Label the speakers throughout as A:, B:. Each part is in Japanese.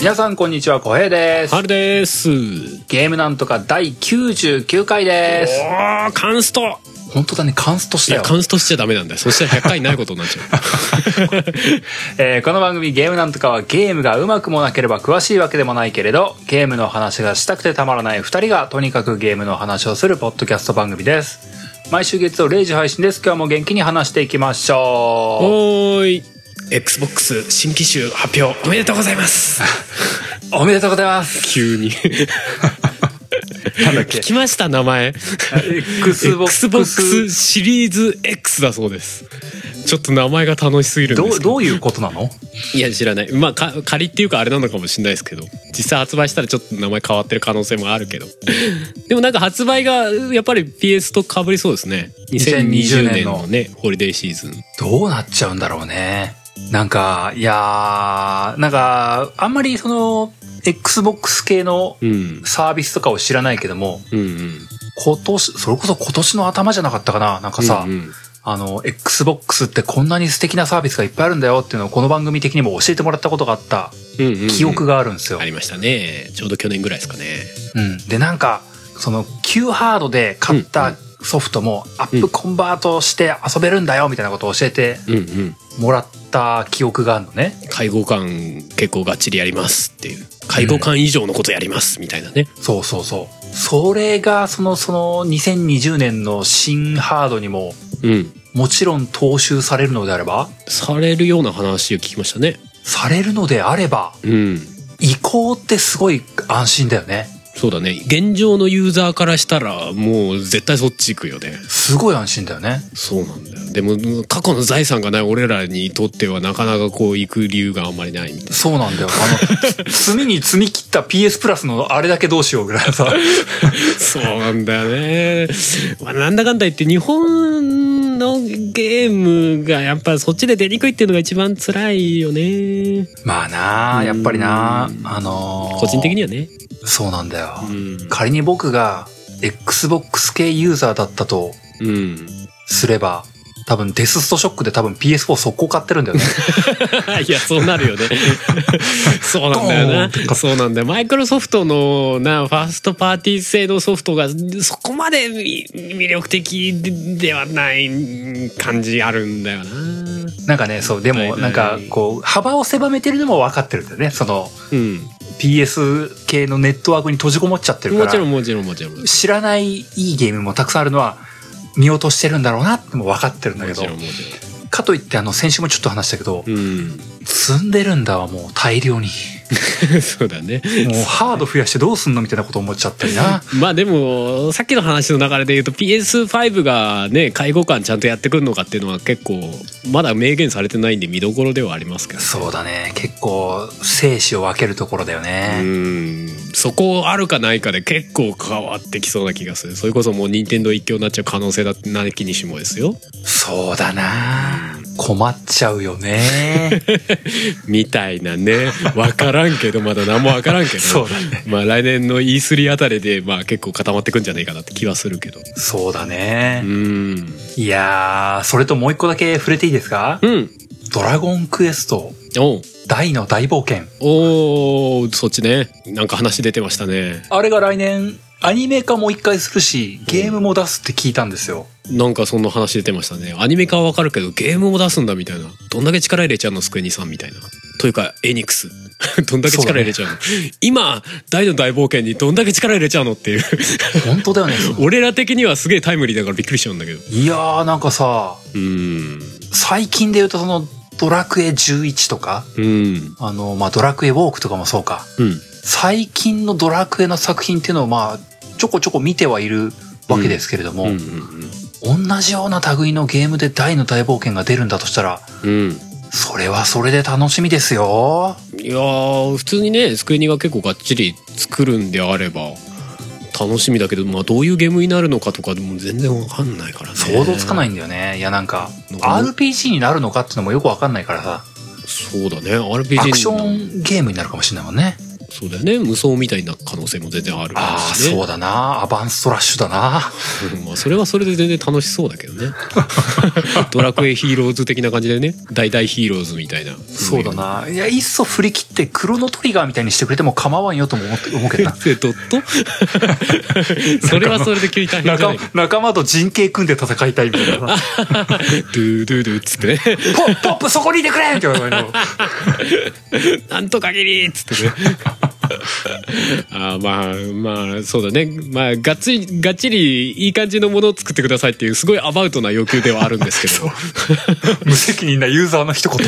A: 皆さんこんにちは、小平です。
B: 春です。
A: ゲームなんとか第99回で
B: おー、カンスト
A: す。本当だね、カンストし
B: い
A: た
B: や、
A: よ。
B: カンストしちゃダメなんだよ。そしたら100回ないことになっちゃ う。
A: えーこの番組ゲームなんとかはゲームがうまくもなければ詳しいわけでもないけれど、ゲームの話がしたくてたまらない二人がとにかくゲームの話をするポッドキャスト番組です。毎週月曜0時配信です。今日も元気に話していきましょ
B: おーい。Xbox 新機種発表おめでとうございます。
A: う。おめでとうございます。
B: 急に。
A: なんだっけ
B: 聞きました、名前。
A: Xbox。
B: Xbox シリーズ X だそうです。ちょっと名前が楽しすぎるん
A: ど
B: です
A: う、
B: けど
A: どういうことなの
B: いや知らないまあか仮っていうかあれなのかもしれないですけど実際発売したらちょっと名前変わってる可能性もあるけどでもなんか発売がやっぱり PS とかぶりそうですね
A: 2020
B: 2020
A: 年
B: 年
A: の
B: のねホリデーシーズン
A: どうなっちゃうんだろうね。なんか、いやー、なんか、あんまりその、Xbox 系の
B: うん
A: サービスとかを知らないけども、
B: うんうん
A: 今年、それこそ今年の頭じゃなかったかななんかさ、
B: うんうん
A: あの、Xbox ってこんなに素敵なサービスがいっぱいあるんだよっていうのをこの番組的にも教えてもらったことがあった
B: うんうんうん
A: 記憶があるんですよ。
B: ありましたねちょうど去年ぐらいですかね
A: うん、でなんかその Q ハードで買っ
B: うんう
A: た
B: ん
A: ソフトもアッ
B: う
A: プ
B: ん
A: コンバートして遊べるんだよみたいなことを教えて
B: うんうん
A: もらった記憶があるのね。
B: 介護官結構がっちりやりますっていう介護官以上のことやりますみたいなね
A: そうそうそう。それがそのその2020年の新ハードにも
B: うん
A: もちろん踏襲されるのであれば
B: されるような話を聞きましたね
A: されるのであれば
B: うん
A: 移行ってすごい安心だよね。
B: そうだね現状のユーザーからしたらもう絶対そっち行くよね
A: すごい安心だよね。
B: そうなんだよでも過去の財産がない俺らにとってはなかなかこう行く理由があんまりないみたい
A: そうなんだよ。 あの、積みに積み切った PS プラスのあれだけどうしようぐらいの さ。
B: な そうなんだよね、まあ、なんだかんだ言って日本のゲームがやっぱそっちで出にくいっていうのが一番辛いよね
A: まあなあ、やっぱりなあ、あのー
B: 個人的にはね
A: そうなんだよ。
B: うん、
A: 仮に僕が Xbox 系ユーザーだったと
B: うん、
A: すれば、多分デスストショックで多分 PS4 速攻買ってるんだよね。
B: いやそうなるよ ねそうなんだよなそうなんだよマイクロソフトのなファーストパーティー製のソフトがそこまでみ魅力的ではない感じあるんだよな
A: なんかね、そう、で
B: はい
A: も
B: はい
A: なんかこう、幅を狭めてるのも分かってるんだよね。その
B: うん
A: PS 系のネットワークに閉じこもっちゃってるか
B: もちろ
A: ら、
B: んもちろんもちろんもち
A: 知らないいいゲームもたくさんあるのは見落としてるんだろうなっても分かってるんだけど
B: ろん、もち
A: かといってあの、先週もちょっと話したけど、
B: ろんうん
A: 積んでるんだわ、もう大量に。
B: そうだね
A: もうハード増やしてどうすんのみたいなこと思っちゃったりな。
B: まあでもさっきの話の流れで言うと PS5 がね介護官ちゃんとやってくるのかっていうのは結構まだ明言されてないんで見どころではありますけど
A: そうだね。結構、生死を分けるところだよ
B: う
A: ね。
B: んそこあるかないかで結構変わってきそうな気がするそれこそもう任天堂一強になっちゃう可能性だってなきにしもですよ
A: そうだな困っちゃうよ ね。
B: みたいなね分からんけどまだ何も分からんけ ど
A: そうだね
B: まあ来年の E3 あたりでまあ結構固まってくんじゃないかなって気はするけど
A: そうだ
B: う
A: ね。
B: ん
A: いやー、それともう一個だけ触れていいですか
B: うん
A: ドラゴンクエスト、
B: おう
A: 大の大冒険。
B: おうそっちねなんか話出てましたね
A: あれが来年、アニメ化も一回するし、ゲームも出すって聞いたんですよ。
B: なんかそんな話出てましたねアニメ化は分かるけどゲームも出すんだみたいなどんだけ力入れちゃうのスクエニさんみたいなというかエニックス どんだけ力入れちゃうの今大の大冒険にどんだけ力入れちゃうのっていう
A: 本当だよね。その
B: 俺ら的にはすげえタイムリーだからびっくりしちゃうんだけど
A: いやー、なんかさ、
B: うん
A: 最近で言うとその、ドラクエ11とか、
B: うん
A: あの、まあ、ドラクエウォークとかもそうか。
B: うん
A: 最近のドラクエの作品っていうのをまあちょこちょこ見てはいるわけですけれども、
B: うん
A: 同じような類のゲームで大の大冒険が出るんだとしたら
B: うん
A: それはそれで楽しみですよ
B: いやー普通にねスクエニが結構がっちり作るんであれば楽しみだけど、まあ、どういうゲームになるのかとかでも全然分かんないからね
A: 想像つかないんだよねいやなんか
B: うん
A: RPG になるのかっていうのもよくわかんないからさ
B: そうだね RPG
A: ア
B: に
A: クションゲームになるかもしれないもんね
B: そうだよね無双みたいな可能性も全然ある
A: ああ、
B: しね
A: そうだな。アバンストラッシュだな。
B: うんまあそれはそれで全然楽しそうだけ どねドラクエヒーローズ的な感じでね大々ヒーローズみたいな
A: そうだな。いや、いっそ振り切ってクロノトリガーみたいにしてくれても構わんよとも思って思うけど な。
B: でドッ トそれはそれで急に大変じゃ
A: 仲
B: ないか
A: 仲間と陣形組んで戦いたいみたいな。
B: ドゥドゥドゥっつってね
A: ポップポップそこにいてくれって言われの。
B: なんとかぎりっつってねあーまあまあそうだねまあがっちりがっちりいい感じのものを作ってくださいっていうすごいアバウトな要求ではあるんですけ ど
A: 無責任なユーザーの一言。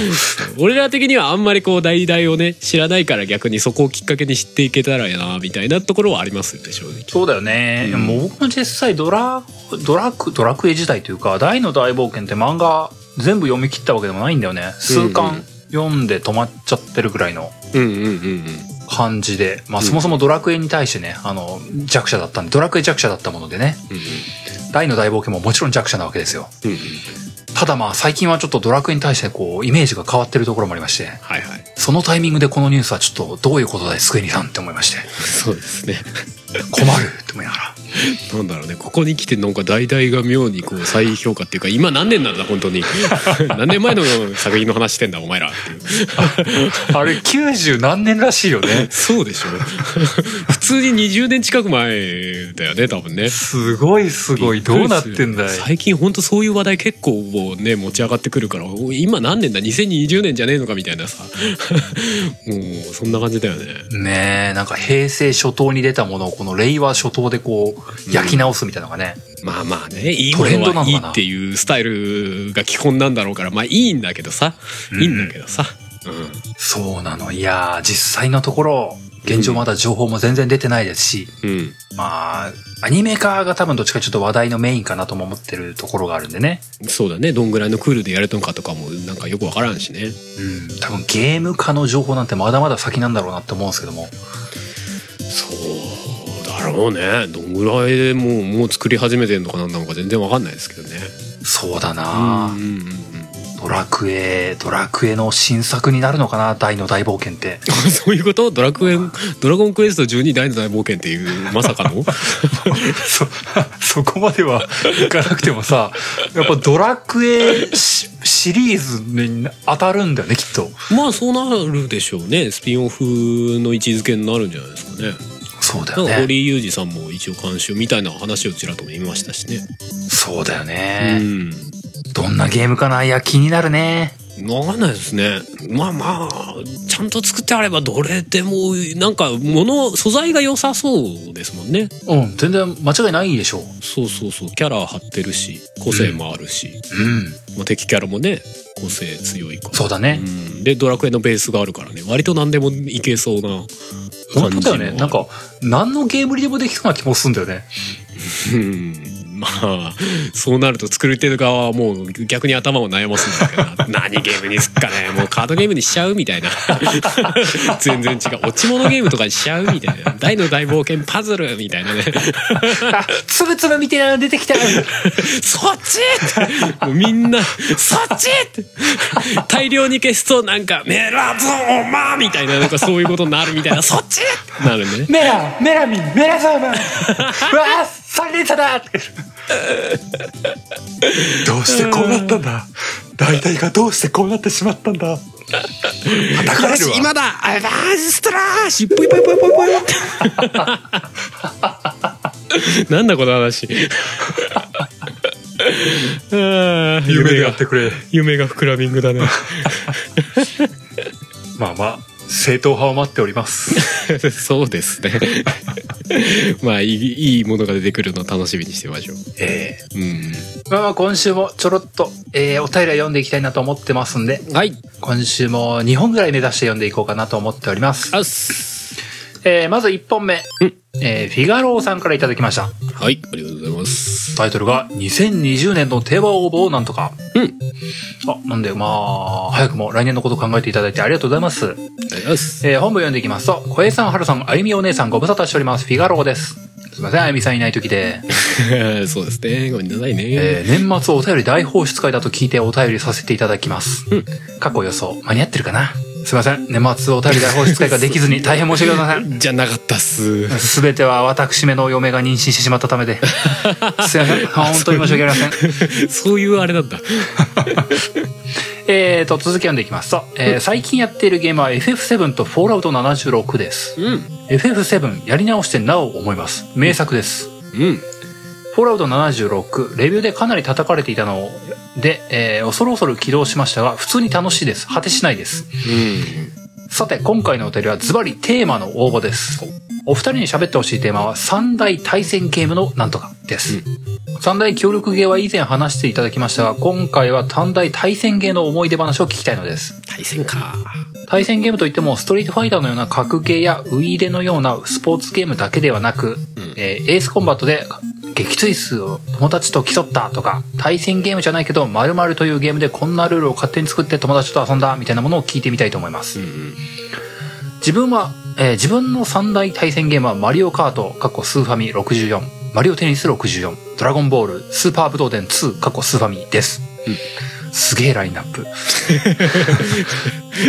B: 俺ら的にはあんまりこう代々をね知らないから逆にそこをきっかけに知っていけたらやなみたいなところはありますよね正直
A: そうだよね。もう僕も実際ドラ、ドラク、ドラクエ時代というか、大の大冒険って漫画全部読み切ったわけでもないんだよね。数巻読んで止まっちゃってるぐらいの
B: うんうんうんうん
A: 感じで。まあそもそもドラクエに対してね、あの、弱者だったんで、ドラクエ弱者だったものでね。
B: うん
A: 大の大冒険ももちろん弱者なわけですよ。
B: うんうん
A: ただまあ最近はちょっとドラクエに対してこう、イメージが変わってるところもありまして。
B: はいはい
A: そのタイミングでこのニュースはちょっとどういうことだいスクエニさんって思いまして
B: そうですね
A: 困るって思いながら
B: なんだろうねここに来てなんか代々が妙にこう再評価っていうか今何年なんだ本当に何年前の作品の話してんだお前らっていう
A: あれ90何年らしいよね
B: そうでしょ普通に20年近く前だよね多分ね
A: すごいすごいどうなってんだい
B: 最近ほんとそういう話題結構もうね持ち上がってくるからお今何年だ2020年じゃねえのかみたいなさ もうそんな感じだよね
A: ねえなんか平成初頭に出たものをこの令和初頭でこう焼き直すみたいなのがね、
B: まあまあねいいものはいいっていうスタイルが基本なんだろうからまあいいんだけどさいいんだけどさ、うん
A: そうなのいやー実際のところ現状まだ情報も全然出てないですし、
B: うん、
A: まあアニメ化が多分どっちかちょっと話題のメインかなとも思ってるところがあるんでね
B: そうだねどんぐらいのクールでやれたのかとかもなんかよくわからんしね
A: うん多分ゲーム化の情報なんてまだまだ先なんだろうなって思うんですけども
B: そうだろうねどんぐらいでもうもう作り始めてんのかなんなのか全然わかんないですけどね
A: そうだ
B: あ
A: な、
B: うんうんうん
A: ドラクエ、ドラクエの新作になるのかな大の大冒険って。
B: そういうことドラクエドラゴンクエスト12大の大冒険っていうまさかの
A: そ、そこまではいかなくても さ、やっぱドラクエシシリーズに当たるんだよね、きっと。
B: まあそうなるでしょうねスピンオフの位置づけになるんじゃないですかね
A: そうだ
B: なん
A: よ
B: か
A: ね。
B: 堀井雄二さんも一応監修みたいな話をちらっと見ましたしね
A: そうだよ
B: う
A: ね、
B: ん
A: どんなゲームかないや、気になるね。
B: わかんないですねまあまあちゃんと作ってあればどれでもなんか物素材が良さそうですもんね
A: うん、全然間違いないでしょう。
B: そうそうそうキャラ張ってるし個性もあるし、
A: うん。
B: まあ、敵キャラもね個性強いから
A: そうだね。
B: うんでドラクエのベースがあるからね割と何でもいけそうな
A: 本
B: 感じ
A: 当だ
B: もあ
A: よ
B: る
A: ね。なんか、何のゲームにでもできそうな気もするんだよね。
B: うんまあそうなると作り手側はもう逆に頭を悩ますんだけ どな何ゲームにすっかねもうカードゲームにしちゃうみたいな 全然違う落ち物ゲームとかにしちゃうみたいな大の大冒険パズルみたい なね
A: あ、 つぶつぶみたいなの出てきた
B: そっちってもうみんなそっちって大量に消すとなんか「メラゾーマ」みたいななんかそういうことになるみたいなそっちってなるね
A: メラメラミンメラザー マンうわあ三連鎖だどうしてこうなったんだ大体がどうしてこうなってしまったんだ叩か
B: よ
A: れる
B: し
A: わ
B: 今だアバーストラッシュポイポイポイポイポイ なんだこの話 あー夢が
A: くれ
B: 夢が膨らみングだね
A: まあまあ正統派を待っております
B: そうですね まあいいいいものが出てくるのを楽しみにしてみましょう、
A: え
B: う
A: ーまあまあ今週もちょろっと、えーお便りは読んでいきたいなと思ってますんで
B: ん、はい
A: 今週も2本ぐらい目指して読んでいこうかなと思っております、
B: あっす
A: えーまず1本目、
B: うん
A: えーフィガローさんからいただきました
B: はいありがとうございます
A: タイトルが2020年のテーマ応募をなんとか。
B: うん
A: あ、なんで、まあ、早くも来年のことを考えていただいてありがとうございます。
B: ありがとうございます
A: えー本部読んでいきますと、小江さん、春さん、あゆみお姉さん、ご無沙汰しております。フィガローです。すいません、あゆみさんいない時で。
B: そうですねごめんなさいね、
A: えー年末お便り大放出会だと聞いてお便りさせていただきます。過去予想、間に合ってるかなすいません年末お便り大放出会ができずに大変申し訳ございません
B: じゃなかったっす。
A: 全ては私めのお嫁が妊娠してしまったためですいません本当に申し訳ありません
B: そういうあれなんだ。
A: えーと続き読んでいきますと、えー最近やっているゲームは FF7 と Fallout76 です
B: うん。
A: FF7 やり直してなお思います名作です
B: うん。
A: Fallout76 レビューでかなり叩かれていたので、えー恐る恐る起動しましたが普通に楽しいです果てしないですさて今回のお便りはズバリテーマの応募ですお二人に喋ってほしいテーマは三大対戦ゲームのなんとかです、三大協力ゲーは以前話していただきましたが今回は三大対戦ゲーの思い出話を聞きたいのです
B: 対戦か。
A: 対戦ゲームといってもストリートファイターのような格ゲーやウイイレのようなスポーツゲームだけではなく、えーエースコンバットで撃墜数を友達と競ったとか対戦ゲームじゃないけど〇〇というゲームでこんなルールを勝手に作って友達と遊んだみたいなものを聞いてみたいと思います
B: うん。
A: 自分は、えー自分の三大対戦ゲームはマリオカート、過去スーファミ64、マリオテニス64、ドラゴンボール、スーパー武道伝2、過去スーファミです。すげえラインナップ。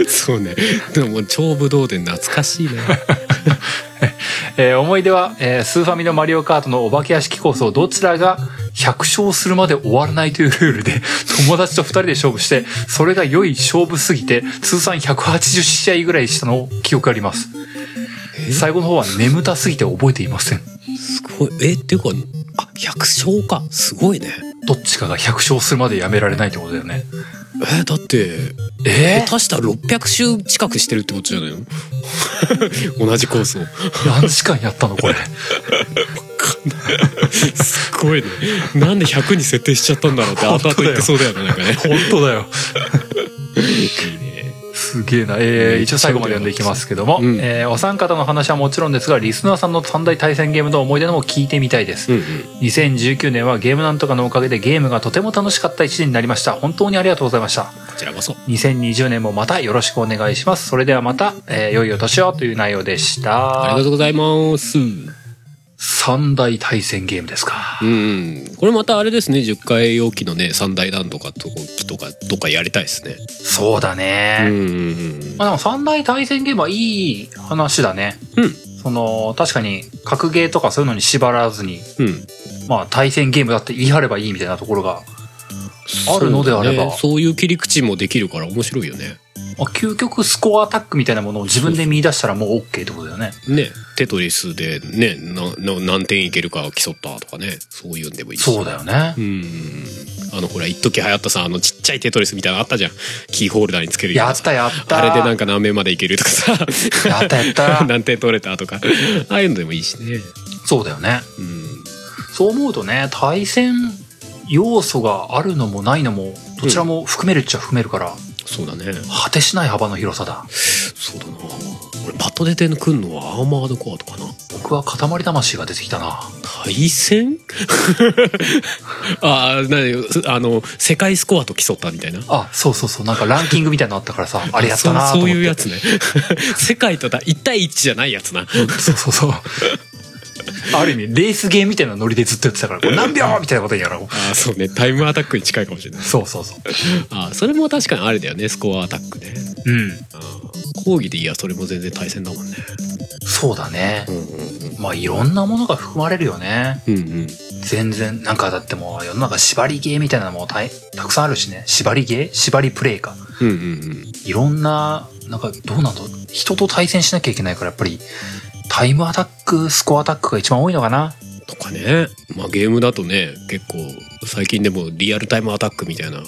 B: そうね。でも、超武道伝懐かしいな。
A: えー思い出は、えースーファミのマリオカートのお化け屋敷コースをどちらが100勝するまで終わらないというルールで、 友達と2人で勝負して、それが良い勝負すぎて、通算180試合ぐらいしたのを記憶があります。最後の方は眠たすぎて覚えていません。
B: すごい。え、っていうか、あ、百勝か。すごいね。
A: どっちかが100勝するまでやめられないってことだよね。
B: え、だって、
A: え
B: 下手したら600周近くしてるってことじゃないの 同じコースを。
A: 何時間やったのこれ。
B: すごいね。なんで100に設定しちゃったんだろうって後々言ってそうだよね、なんかね。
A: 本当だよ。
B: いいね。
A: すげえな。えー、一応最後まで読んでいきますけども、
B: うん
A: えーお三方の話はもちろんですが、リスナーさんの三大対戦ゲームの思い出のも聞いてみたいです。
B: うんうん。
A: 2019年はゲームなんとかのおかげでゲームがとても楽しかった一年になりました。本当にありがとうございました。
B: こちらこそ。
A: 2020年もまたよろしくお願いします。それではまた、えー良いお年をという内容でし
B: あり
A: た
B: が。とうございます。うん
A: 三大対戦ゲームですか。
B: うん。これまたあれですね、10回容器のね、三大弾とかととか、とかやりたいですね。
A: そうだ
B: うん
A: ね。
B: うんうん。
A: まあでも三大対戦ゲームはいい話だね。
B: うん。
A: その確かに格ゲーとかそういうのに縛らずに、
B: うん。
A: まあ、対戦ゲームだって言い張ればいいみたいなところがあるのであれば、
B: そうねそういう切り口もできるから面白いよね。
A: まあ究極スコアアタックみたいなものを自分で見出したらもう OK ってことだよね
B: ね、テトリスでね、なな何点いけるかを競ったとかね、そういうんでもいいし
A: そうだよね
B: うん。あの、ほら、一時流行ったさ、あの、ちっちゃいテトリスみたいなのあったじゃん。キーホルダーにつけるよう
A: や
B: な
A: っ
B: さ
A: たやった
B: あれでなんか何面までいけるとかさ。
A: やったやった
B: 何点取れたとか。ああいうのでもいいしね。
A: そうだよね
B: うん。
A: そう思うとね対戦要素があるのもないのもどちらも含めるっちゃ含めるから、
B: そうだね。
A: 果てしない幅の広さだ
B: そうだな。俺、パッと出てくんのはアーマードコアとかな。
A: 僕は塊魂が出てきたな
B: 対戦 ああ、なに、あの、世界スコアと競ったみたいな。
A: あそうそうそうなんかランキングみたいなのあったから さあれやったなと
B: そ
A: 思っ
B: うそう
A: て
B: いうやつね 世界とだ1対1じゃないやつな
A: そうそうそう。ある意味、レースゲームみたいなノリでずっとやってたから、これ何秒みたいなことやろう。
B: ああそうねタイムアタックに近いかもしれない
A: そうそうそう。
B: ああそれも確かにあれだよねスコアアタックね
A: うん。
B: ああ講義でいやそれも全然対戦だもんね
A: そうだね
B: う。んうん
A: まあ、いろんなものが含まれるよね。
B: うんうん
A: 全然、なんかだってもう、世の中縛りゲーみたいなのもたいたくさんあるしね。縛りゲー縛りプレイか。
B: うんうん
A: いろんな、なんか、どうなんだろう人と対戦しなきゃいけないから、やっぱり、タイムアタック、スコアアタックが一番多いのかな。
B: とかねまあゲームだとね結構最近でもリアルタイムアタックみたいな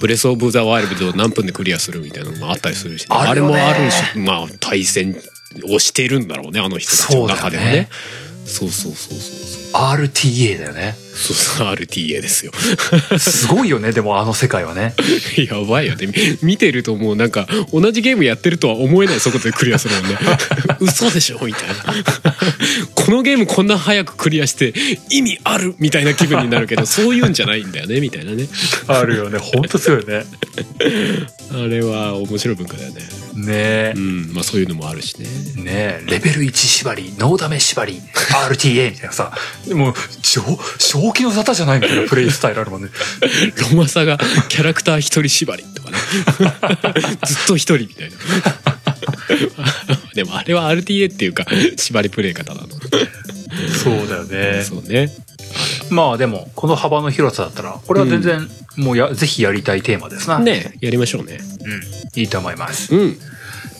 B: ブレス・オブ・ザ・ワイルドを何分でクリアするみたいなのもあったりするし、
A: あ
B: あ
A: る
B: れ
A: よ
B: も
A: ね
B: あるしまあ対戦をしてるんだろうねあの人たちの中でもねそうそうそうそうそう
A: RTA だよね。
B: そうそう RTA ですよ
A: すごいよね、でもあの世界はね。
B: やばいよねみ見てるともうなんか同じゲームやってるとは思えないそこでクリアするもんね 嘘でしょみたいなこのゲームこんな早くクリアして意味あるみたいな気分になるけどそういうんじゃないんだよねみたいなね
A: あるよね、ほんとすごいね。
B: あれは面白い文化だよね
A: ねえ
B: う。んまあそういうのもあるしね
A: ねえ、レベル1縛り、ノーダメ縛り、RTA みたいなさ、でもう、正、正気の沙汰じゃないみたいなプレイスタイルあるもんね。
B: ロマサがキャラクター一人縛りとかね ずっと一人みたいなでもあれは RTA っていうか縛りプレイ型なの
A: そうだよね
B: そうね
A: まあでもこの幅の広さだったらこれは全然もうや、ぜひやりたいテーマですな、
B: ねやりましょうね
A: うん、いいと思います
B: うん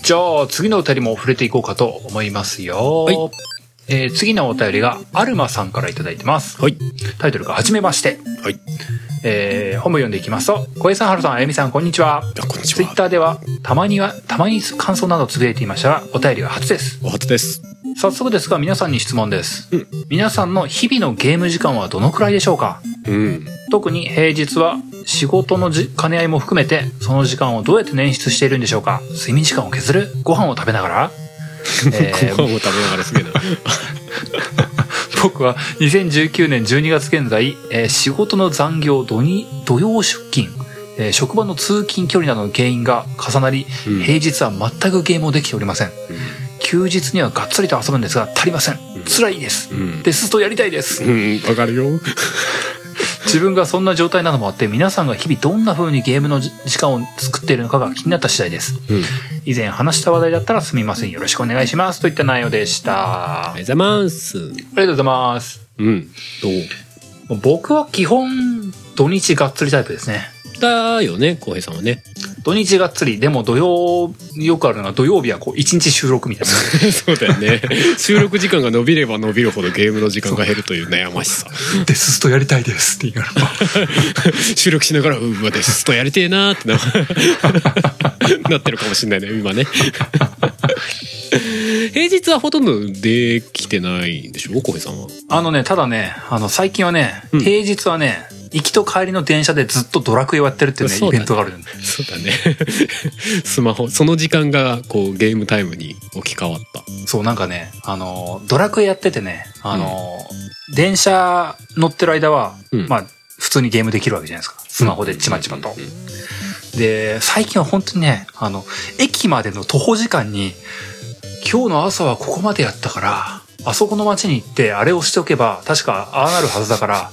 A: じゃあ次のお便りも触れていこうかと思いますよ、
B: はい
A: えー次のお便りがアルマさんからいただいてます
B: はい
A: タイトルが「はじめまして」
B: はい
A: えー本部読んでいきますと小江さん春さんあゆみさんこんにちは
B: あこんにちは
A: ツイッターではたまにはたまに感想などつぶやいていましたがお便りは初です
B: お初です
A: 早速ですが皆さんに質問です、
B: うん
A: 皆さんの日々のゲーム時間はどのくらいでしょうか
B: うん
A: 特に平日は仕事のじ兼ね合いも含めてその時間をどうやって捻出しているんでしょうか睡眠時間を削るご飯を食べなが ら、えー
B: ご飯を食べながらす げえな
A: 僕は2019年12月現在、えー仕事の残業土に土曜出勤、えー職場の通勤距離などの原因が重なり、
B: うん
A: 平日は全くゲームをできておりません休日にはがっつりと遊ぶんですが足りません辛いです、
B: うん
A: ですとやりたい です
B: うんわかるよ
A: 自分がそんな状態なのもあって皆さんが日々どんな風にゲームの時間を作っているのかが気になった次第です
B: うん
A: 以前話した話題だったらすみませんよろしくお願いしますといった内容でした
B: あ
A: あ
B: り
A: り
B: がとうございます
A: がとうございます
B: うんどう
A: 僕は基本土日がっつりタイプですね
B: だよね浩平さんはね
A: 土日がっつりでも土曜よくあるのが土曜日はこう一日収録みたい な
B: そうだよね収録時間が伸びれば伸びるほどゲームの時間が減るという悩ま しさ
A: デスストやりたいですって言いながら
B: 収録しながら「うわ私ずっとやりてえな」ってな なってるかもしんないね今ね 平日はほとんどできてないんでしょ小平さんは
A: あのねただねあの最近はね、
B: うん
A: 平日はね行きと帰りの電車でずっとドラクエをやってるっていうね
B: そう
A: イ
B: だね
A: ベントがあるんで
B: そうだねスマホその時間がこうゲームタイムに置き換わった
A: そうなんかねあのドラクエやっててねあの、電車乗ってる間は、
B: うん
A: まあ普通にゲームできるわけじゃないですかスマホでちまちまと、
B: うんうん
A: で最近は本当にねあの駅までの徒歩時間に今日の朝はここまでやったからあそこの町に行ってあれをしておけば確かああなるはずだから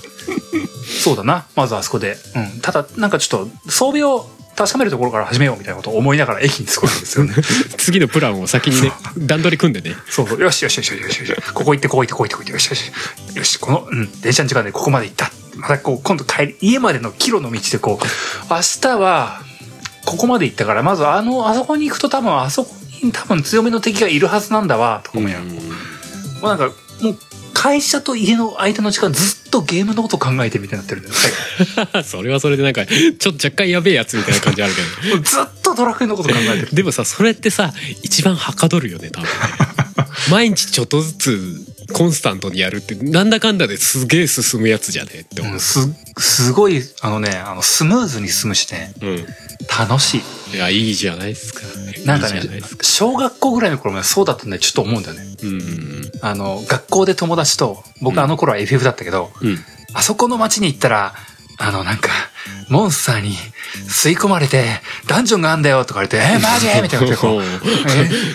A: そうだなまずあそこで、うん、ただなんかちょっと装備を確かめるところから始めようみたいなことを思いながら駅に着くんですよね
B: 次のプランを先にね段取り組んでね
A: そうそうよしよしよしよしよしよしここ行ってここ行ってここ行ってここ行ってよしよしよしこの、うん、電車の時間でここまで行ったまたこう今度帰り家までのキロの道でこう明日はここまで行ったからまずあのあそこに行くと多分あそこに多分強めの敵がいるはずなんだわとかもやる、もうなんかもう会社と家の間の時間ずっとゲームのこと考えてみたいになってるんだよ
B: それはそれでなんかちょっと若干やべえやつみたいな感じあるけど
A: もうずっとドラクエのこと考えてる
B: でもさそれってさ一番はかどるよね 多分ね毎日ちょっとずつコンスタントにやるってなんだかんだですげえ進むやつじゃねって思
A: う
B: う、
A: んすすごいあのねあのスムーズに進むしね
B: うん、
A: 楽しい
B: いやいいじゃないですか
A: なんか
B: いい
A: ね
B: じゃないですか、
A: 小学校ぐらいの頃までそうだったんで、ちょっと思うんだよね。
B: うん
A: あの、学校で友達と、
B: うん
A: 僕あの頃は FF だったけど、
B: うんうん、
A: あそこの町に行ったら、あの、なんか、モンスターに吸い込まれて、ダンジョンがあんだよとか言われて、えー、マジみたいなことで こうえ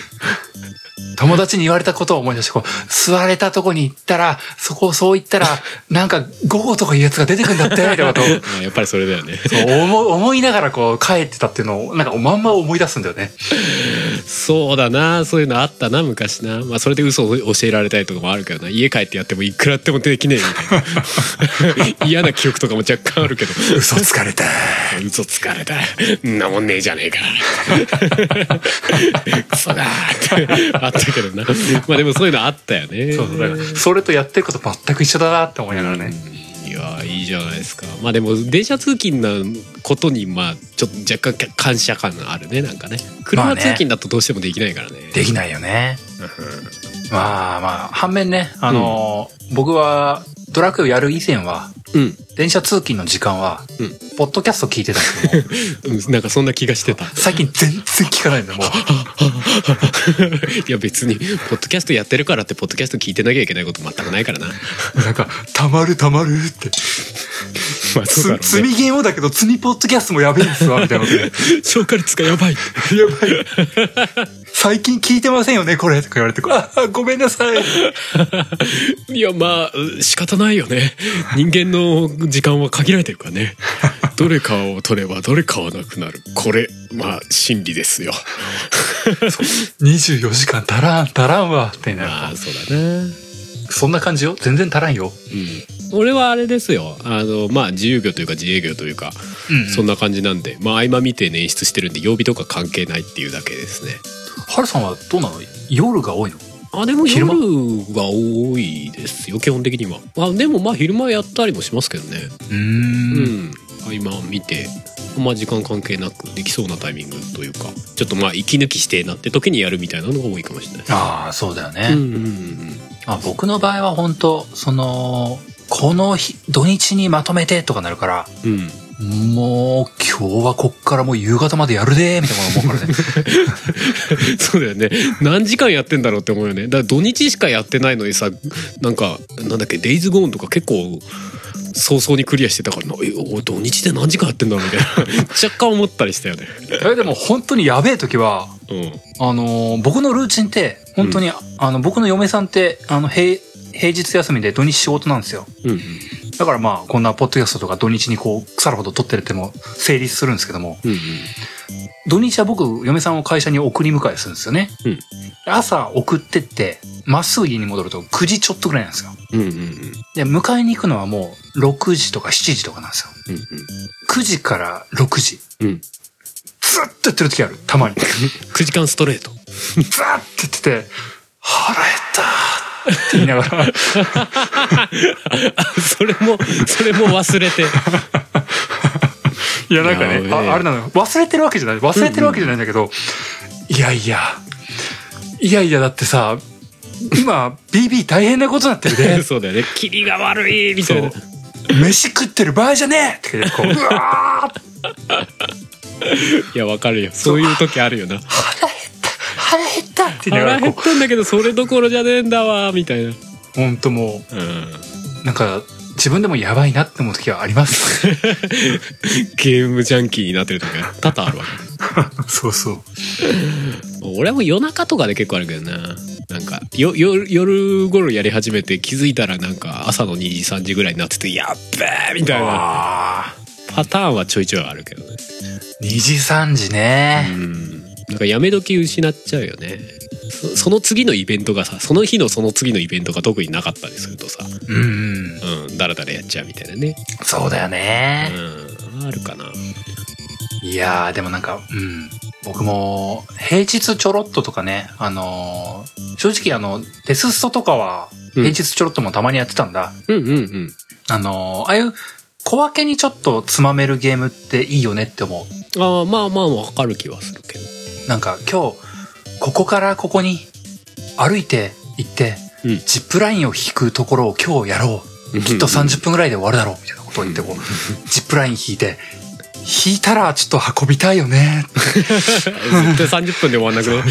A: 友達に言われたことを思い出して、こう、吸われたとこに行ったら、そこをそう行ったら、なんか、午後とかいうやつが出てくんだって、みたいなことを
B: まあやっぱりそれだよね
A: そう思う思いながらこう、帰ってたっていうのを、なんか、まんま思い出すんだよね。
B: そうだなそういうのあったな昔な、まあ、それで嘘を教えられたりとかもあるけどな家帰ってやってもいくらやってもできねえみたい な嫌な記憶とかも若干あるけど
A: 嘘つかれた。
B: 嘘つかれたんなもんねえじ ゃねえかクソだーってあったけどなまあでもそういうのあったよね
A: そうそうだからそれとやってること全く一緒だなって思いながらね、
B: いやーいいじゃないですかまあでも電車通勤なことにまあちょっと若干感謝感があるねなんかね
A: ま
B: 車
A: あね
B: 通勤だとどうしてもできないからね,うん、
A: できないよねまあまあ反面ねあのー、僕はドラクエをやる以前は
B: うん
A: 電車通勤の時間は、
B: うん
A: ポッドキャスト聞いてたん ですけども
B: うんなんかそんな気がしてた
A: 最近全然聞かないんだよもう
B: いや別にポッドキャストやってるからってポッドキャスト聞いてなきゃいけないこと全くないからな
A: なんか「たまるたまる」って
B: ま
A: 「
B: あそうだろうね
A: 積みゲームだけど積みポッドキャストもやべえんすわ」みたいなことで
B: 消化率がやばい
A: やばい最近聞いてませんよねこれ」とか言われて「ああごめんなさい」
B: いやまあ仕方ないよね人間の時間は限られてるからねどれかを取ればどれかはなくなるこれまあ真理ですよ
A: 24時間足らん足らんわってなる
B: ああそうだね
A: そんな感じよ全然足らんよ、
B: うん、俺はあれですよあのまあ自由業というか自営業というか、
A: うん
B: そんな感じなんでまあ合間見て捻出してるんで曜日とか関係ないっていうだけですね
A: ハルさんはどうなの夜が多いの
B: あでも
A: 昼
B: 夜
A: 間
B: が多いですよ基本的にはあでもまあ昼間やったりもしますけどね
A: う
B: うんん、今見てあんま時間関係なくできそうなタイミングというかちょっとまあ息抜きしてえなって時にやるみたいなのが多いかもしれないです
A: ああそうだよね、
B: うんうんうん
A: まあ、僕の場合は本当そのこの日土日にまとめてとかなるから
B: うんうん
A: もう今日はこっからもう夕方までやるでーみたいなこと思うから ね
B: そうだよね何時間やってんだろうって思うよねだから土日しかやってないのにさなんかなんだっけ「デイズゴーンとか結構早々にクリアしてたからなえお土日で何時間やってんだろうみたいな 若干思ったりしたよね
A: えでも本当にやべえ時は
B: う
A: あのー僕のルーチンって本当に、あの僕の嫁さんってあの平平日休みで土日仕事なんですよ
B: んうん
A: だからまあこんなポッドキャストとか土日にこう腐るほど撮ってるっても成立するんですけども
B: うんうん
A: 土日は僕嫁さんを会社に送り迎えするんですよね、
B: うん
A: 朝送ってってまっすぐ家に戻ると9時ちょっとぐらいなんですよ
B: うんうんうんうん
A: で、迎えに行くのはもう6時とか7時とかなんですよ。9時から6時。
B: うんうん
A: ずっとやってる時ある。たまに。ず
B: 9時間ストレート
A: っとやってて、腹減ったーって言いながら、
B: それもそれも忘れ て
A: いやなんか
B: や
A: ね、
B: べえ
A: ああれなのよ。忘れてるわけじゃない。忘れてるわけじゃないんだけど、いやいや、いやいやだってさ、今、BB 大変なことになってるで。
B: そうだよね「キリが悪い」みたいな
A: 飯食ってる場合じゃねえってこう、うわー
B: いやわかるよそういう時あるよな
A: 腹減った腹減ったって言いなが
B: 腹
A: らこ
B: 減ったんだけどそれどころじゃねえんだわみたいな
A: う、ほんともう、
B: うん
A: なんか、自分でもやばいなって思う時はあり ます。
B: ゲームジャンキーになってる時が多々あるわけ
A: そうそう。
B: 俺も夜中とかで結構あるけどななんかよよ夜頃やり始めて気づいたらなんか朝の2時3時ぐらいになってて「やっべえ!」みたいな
A: ああ。
B: パターンはちょいちょいあるけどね
A: 2時3時
B: う
A: ね。
B: んなんかやめ時失っちゃうよねそその次のイベントがさその日のその次のイベントが特になかったりするとさ
A: うん、うん。
B: うんだらだらやっちゃうみたいなね
A: そうだよね。
B: うんあるかない
A: やー、でもなんか、うん。僕も、平日ちょろっととかね、あのー正直あの、テスストとかは、
B: うん
A: 平日ちょろっともたまにやってたんだ。
B: うんうんうん
A: あのーああいう、小分けにちょっとつまめるゲームっていいよねって思う。
B: ああまあまあわかる気はするけど
A: なんか今日、ここからここに歩いて行って、
B: うん
A: ジップラインを引くところを今日やろう。きっと30分ぐらいで終わるだろう。みたいなことを言ってこう、ジップライン引いて、引いたらちょっと運びたいよね。
B: 絶対30分で終わんなくね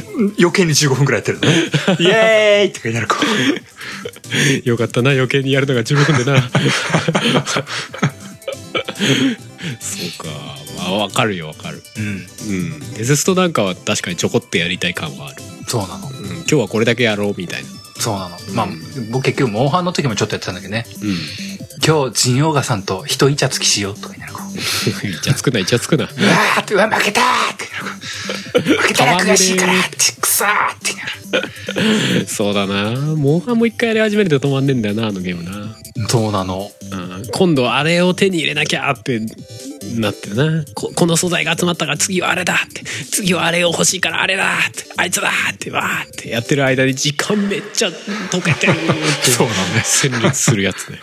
A: 余計に15分くらいやってるのね。 イエーイとか言いながらこう。
B: よかったな余計にやるのが15分で なそうかまあわかるよわかる
A: うん。
B: うんデゼストなんかは確かにちょこっとやりたい感はある、
A: そうなの。
B: うん、今日はこれだけやろうみたいな
A: そうなの。まあ
B: うん、
A: 僕結局、モンハンの時もちょっとやってたんだけどね。
B: うん
A: 今日、ジンオーガさんと一イチャつきしようとか言いながらこう。
B: いちゃつくないちゃつくな
A: うわーって、うわ、負けたーって言いながらこう。負けたら悔しいから、ちくさーって言いながら。
B: そうだなモンハンも一回やり始めると止まんねえんだよなあのゲームな、
A: そうなの。
B: うん、今度あれを手に入れなきゃってなってなここの素材が集まったから次はあれだって次はあれを欲しいからあれだってあいつだってわーってやってる間に時間めっちゃ溶けてるって
A: そうなんだよ
B: 戦慄するやつね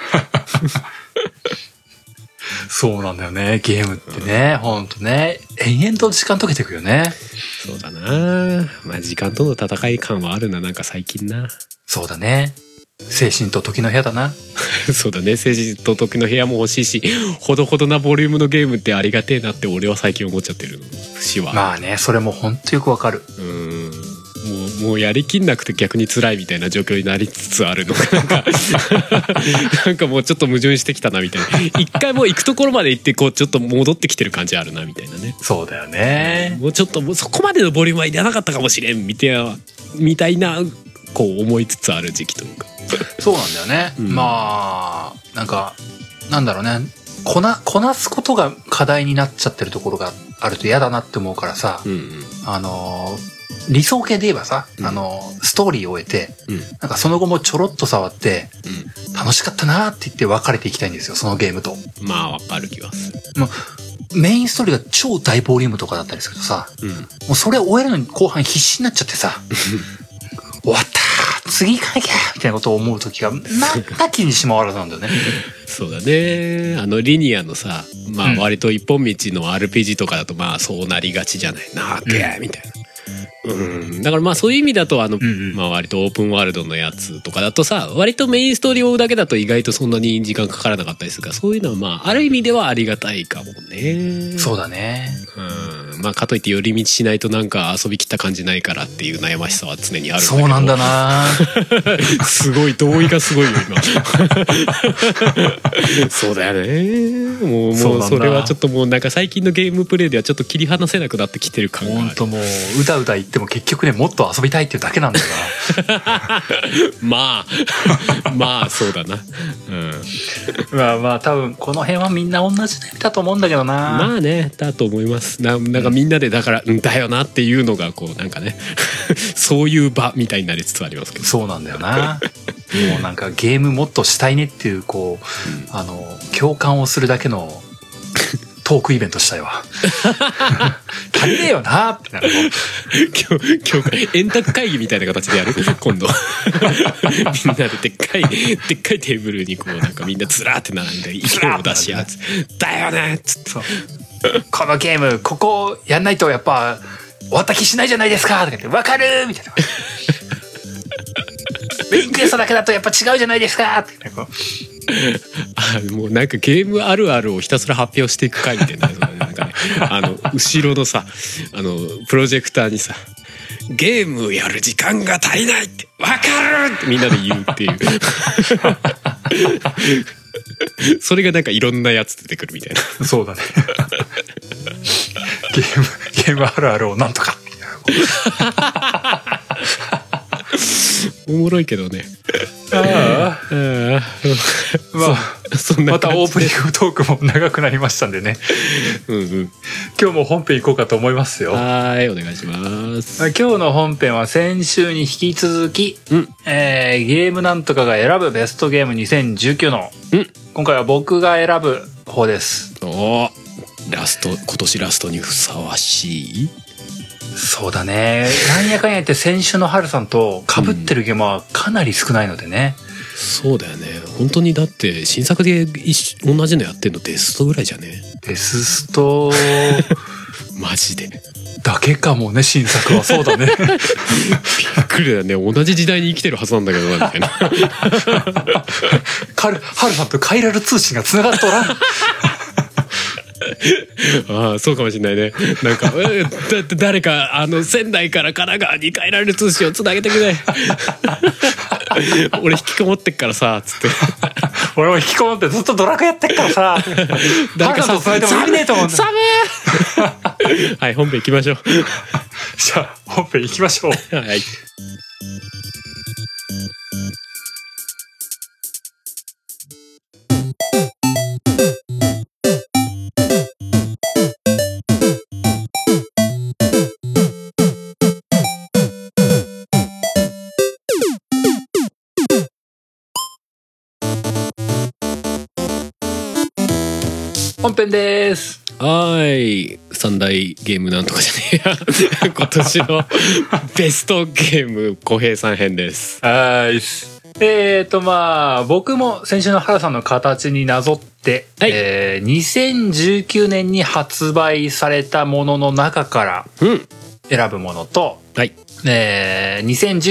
A: そうなんだよね。ゲームってね、ほんとね。延々と時間溶けていくよね。
B: そうだなまあ時間との戦い感はあるななんか最近な
A: そうだね。精神と時の部屋だな。
B: そうだね政治と時の部屋も欲しいしほどほどなボリュームのゲームってありがてえなって俺は最近思っちゃってるの節は
A: まあね、それもほんとよくわかる。
B: うーんもうもうやりきんなくて逆に辛いみたいな状況になりつつあるの がなんかなんかもうちょっと矛盾してきたなみたいな一回もう行くところまで行ってこうちょっと戻ってきてる感じあるなみたいなね
A: そうだよね。
B: もうちょっともうそこまでのボリュームはいらなかったかもしれんみたいなみたいなこう思いつつある時期というか
A: そうなんだよね。
B: うん
A: まあ、なんか、なんだろうね。こな、こなすことが課題になっちゃってるところがあると嫌だなって思うからさ、
B: うんうん
A: あのー理想系で言えばさ、
B: うん
A: あのーストーリーを終えて、
B: うん
A: なんかその後もちょろっと触って、楽しかったなーって言って別れていきたいんですよ、そのゲームと。
B: うんまあわかる気はする
A: もうメインストーリーが超大ボリュームとかだったりするとさ、
B: うん
A: もうそれを終えるのに後半必死になっちゃってさ、 終わったー次行かなきゃみたいなことを思う時が、なんか気にしまわらずなんだよね。
B: そうだねあのリニアのさま
A: うん
B: あ割と一本道の RPG とかだとまあそうなりがちじゃないなあけーみたいな。うん、だからまあそういう意味だとあの、
A: んうん
B: まあ、割とオープンワールドのやつとかだとさ割とメインストーリーを追うだけだと意外とそんなに時間かからなかったりするからそういうのはまあある意味ではありがたいかもね。
A: そうだね。
B: うんまあかといって寄り道しないとなんか遊びきった感じないからっていう悩ましさは常にあるんだけど
A: そうなんだな ー
B: すごい同意がすごいよ今そうだよねもう
A: そうな
B: もう
A: んだ
B: それはちょっともうなんか最近のゲームプレイではちょっと切り離せなくなってきてる感が
A: ほ
B: あ
A: ん
B: る
A: ともう、うだうだ言っても結局ね、もっと遊びたいっていうだけなんだ よ
B: まあ まあそうだな、うん、
A: な。まあまあ、多分この辺はみんな同じ悩みだと思うんだけどな
B: まあねだと思いますななんかみんなでだから「うんだよな」っていうのがこうなんかね そういう場みたいになりつつありますけど
A: そうなんだよな。もうなんかゲームもっとしたいねっていう、こう、あの、共感をするだけ のトークイベントしたいわ。足りねえよなってなる。
B: 今日、今日、円卓会議みたいな形でやる今度。みんなででっかい、でっかいテーブルにこう、なんかみんなずらーって並んで意見を出し合う。だよねっつって。
A: そうこのゲーム、ここをやんないとやっぱ終わった気しないじゃないですかとか言って、わかるみたいな。リクエストだけだとやっぱ違うじゃないですかってなんかこう
B: あもうなんかゲームあるあるをひたすら発表していく会みたいな。なんかね、あの、後ろのさ、あの、プロジェクターにさ、ゲームやる時間が足りないって、わかるってみんなで言うっていう。それがなんかいろんなやつ出てくるみたいな。
A: そうだね。ゲーム、ゲームあるあるをなんとか。みたいなこう
B: おもろいけどね。
A: あ
B: うん
A: あ、まあ、
B: そんな
A: またオープニ
B: ン
A: ングトークも長くなりましたんで ね、
B: グ。うんうん。
A: 今日も本編行こうかと思いますよ。
B: はーい、お願いします。
A: 今日の本編は先週に引き続き、
B: うん
A: えーゲームなんとかが選ぶベストゲーム2019の、
B: うん
A: 今回は僕が選ぶ方です。
B: おーラスト、今年ラストにふさわしい
A: そうだね。なんやかんや言って先週の春さんと被ってるゲームはかなり少ないのでね。
B: そうだよね。本当にだって、新作で一緒同じのやってんのデストぐらいじゃね
A: デススト
B: マジ で。びっ
A: だけかもね、新作は。そう だね。
B: くりだよね。同じ時代に生きてるはずなんだけどな、みたい な。
A: カル春さんとカイラル通信が繋がっとらん。
B: ああ、そうかもしれないね。なんか、 えーだって誰か、あの、仙台から神奈川に帰られる通信をつなげてく れ。俺引きこもってっからさ、つ って。
A: 俺も引きこもってずっとドラクエやってっからさ。誰かさ、それでも意味ねえと思うんだ。
B: 寒いはい、本編行きましょう。
A: じゃあ、本編行きましょう。
B: はい。
A: 本編です。
B: はーい。三大ゲームなんとかじゃねえや。今年のベストゲーム、小平さん編です。
A: はーいっす。えーと、まあ、僕も先週の原さんの形になぞって、
B: はい
A: えー2019年に発売されたものの中から
B: うん。
A: 選ぶものと、
B: はい。
A: えー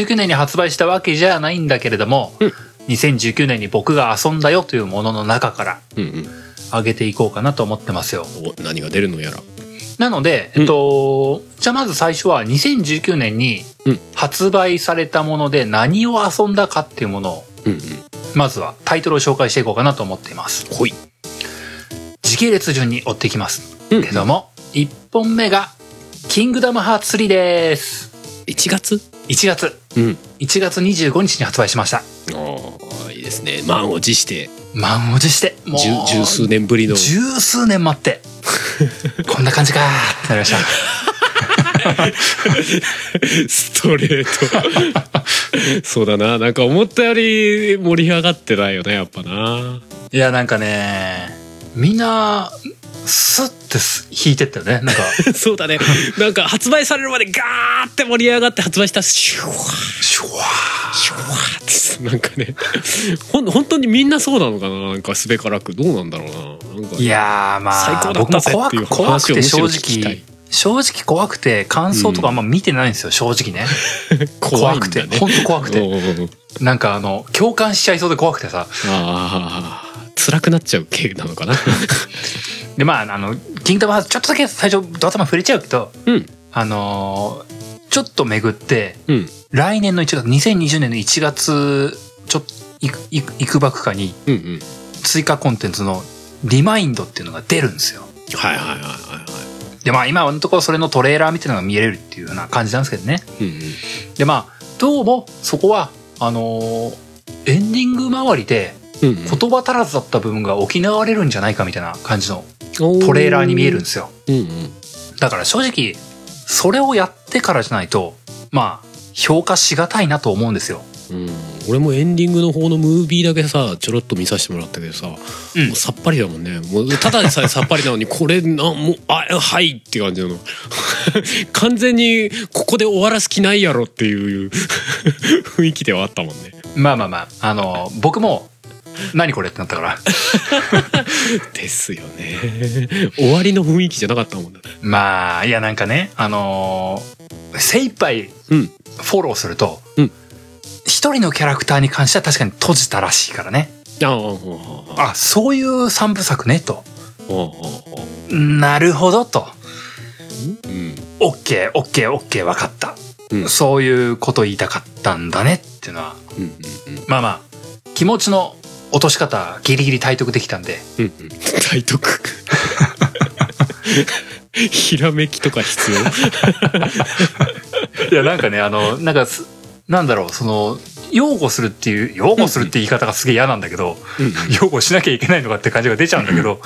A: 2019年に発売したわけじゃないんだけれども、
B: うん
A: 2019年に僕が遊んだよというものの中から
B: うんうん。
A: 上げていこうかなと思ってますよ。
B: お、何が出るのやら。
A: なので、
B: うん
A: えっと、じゃあまず最初は2019年に
B: うん
A: 発売されたもので何を遊んだかっていうものを、
B: うんうん。
A: まずはタイトルを紹介していこうかなと思っています。
B: ほい。
A: 時系列順に追っていきます。
B: うん
A: けども、1本目が、キングダムハーツ3です。
B: 1月
A: 1月、
B: うん。
A: 1月25日に発売しました。
B: ああ、いいですね。満を持して
A: 満を持してもう
B: 十十数年ぶりの
A: 十数年待って こんな感じかーってなりました
B: ストレー トそうだななんか思ったより盛り上がってないよねやっぱない
A: やなんかねみんなスッてす引いてったよね なんか
B: そうだねなんか発売されるまでガーって盛り上がって発売したらシュワー
A: シュワー
B: シュワーってなんかねほん本当にみんなそうなのかななんかすべからくどうなんだろうななんか
A: いやーまあ
B: 最高だったぜっていう
A: 僕も怖く怖くて
B: 話を
A: 正
B: むしろ聞きたい
A: 直正直怖くて感想とかあんま見てないんですよ、正直ね
B: 怖いん
A: くて
B: だね
A: 本当怖くて
B: おうおうおう
A: なんかあの共感しちゃいそうで怖くてさ
B: ああ辛くなっちゃう系なのかな
A: でまああの「キングダムハーツ」ちょっとだけ最初ド頭触れちゃうけど
B: うん
A: あのーちょっと巡って
B: うん
A: 来年の1月2020年の1月ちょっといくいくいくばくかに
B: うんうん
A: 追加コンテンツの「リマインド」っていうのが出るんですよ
B: はいはいはいはいは
A: でまあ今のところそれのトレーラーみたいなのが見れるっていうような感じなんですけどね
B: いうんうん
A: でまあどうもそこはあのーエンディング周りで
B: うんうん
A: 言葉足らずだった部分が補われるんじゃないかみたいな感じのト
B: ト
A: レーラーに見えるんですよ
B: うんうん
A: だから正直それをやってからじゃないとまあ評価しがたいなと思うんですよ
B: うん、俺もエンディングの方のムービーだけさちょろっと見させてもらったけどさ、
A: うん
B: もうさっぱりだもんねもうただでさえさっぱりなのにこれなもうあはいって感じなの 完全にここで終わらす気ないやろっていう 雰囲気ではあったもんね
A: まあまあまああの僕も何これってなったから
B: ですよね終わりの雰囲気じゃなかったもんね
A: まあいやなんかねあのー精一杯
B: うん
A: フォローすると
B: うん
A: 一、人のキャラクターに関しては確かに閉じたらしいからね
B: ああああああ
A: あそういう三部作ねと
B: ああ
A: なるほどと
B: うん
A: オッケーオッケーオッケー分かった、
B: うん
A: そういうこと言いたかったんだねっていうのは
B: うんうん
A: まあまあ気持ちの落とし方ギリギリ体得できたんで
B: うんうん体得ひらめきとか必 要
A: いやなんかねあのなんかすなんだろうその擁護するっていう擁護するって言い方がすげえ嫌なんだけど、
B: うんうん
A: 擁護しなきゃいけないのかって感じが出ちゃうんだけど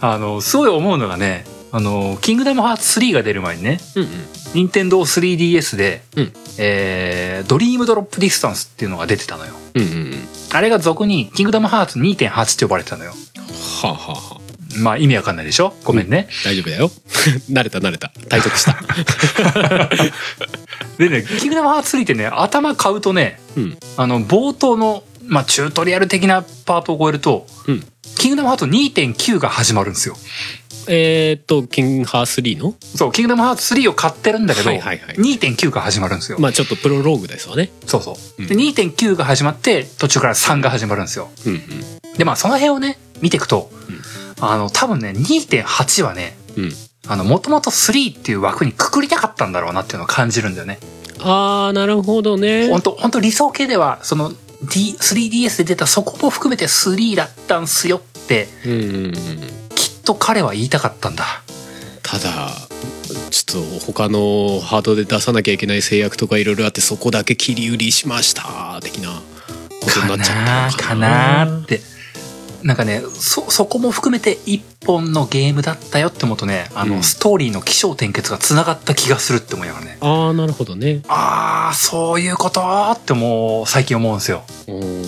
A: あのすごい思うのがねあの「キングダムハーツ3」が出る前にね
B: うんうん
A: 任天堂 3DS で、
B: うん
A: えードリームドロップディスタンス」っていうのが出てたのよ
B: うんうんうん
A: あれが俗に「キングダムハーツ2.8」って呼ばれてたのよ
B: はあ、はあはあ、
A: まあ意味わかんないでしょごめんね、
B: 大丈夫だよ 慣れた慣れた体得 した
A: でね「キングダムハーツ3」ってね頭買うとね
B: うん
A: あの冒頭の、まあ、チュートリアル的なパートを超えると
B: うん
A: 「キングダムハーツ2.9」が始まるんですよ
B: えーっとキングハース3の
A: そう「キングダムハーツ3」を買ってるんだけど、
B: はいはいはい
A: 2.9が始まるんですよ、
B: まあちょっとプロローグですわね
A: そうそう、
B: うん
A: で2.9が始まって途中から3が始まるんですよ
B: うん
A: でまあその辺をね見ていくと、
B: うん
A: あの多分ね2.8はね
B: うんうん
A: あのもともと3っていう枠にくくりたかったんだろうなっていうのを感じるんだよね
B: あーなるほどね
A: 本当本当理想系ではその、D、3DS で出たそこも含めて3だったんすよって
B: うんうんうん
A: きっと彼は言いたかったんだ
B: ただちょっと他のハードで出さなきゃいけない制約とかいろいろあってそこだけ切り売りしました的なことにな
A: か
B: っちゃ
A: な
B: ったの
A: か
B: かな
A: なってなんかねそそこも含めて一本のゲームだったよって思うとねあの、
B: うん
A: ストーリーの起承転結がつながった気がするって思いながらね
B: あーなるほどね
A: ああそういうことってもう最近思うんですよ
B: うんうんうんうんう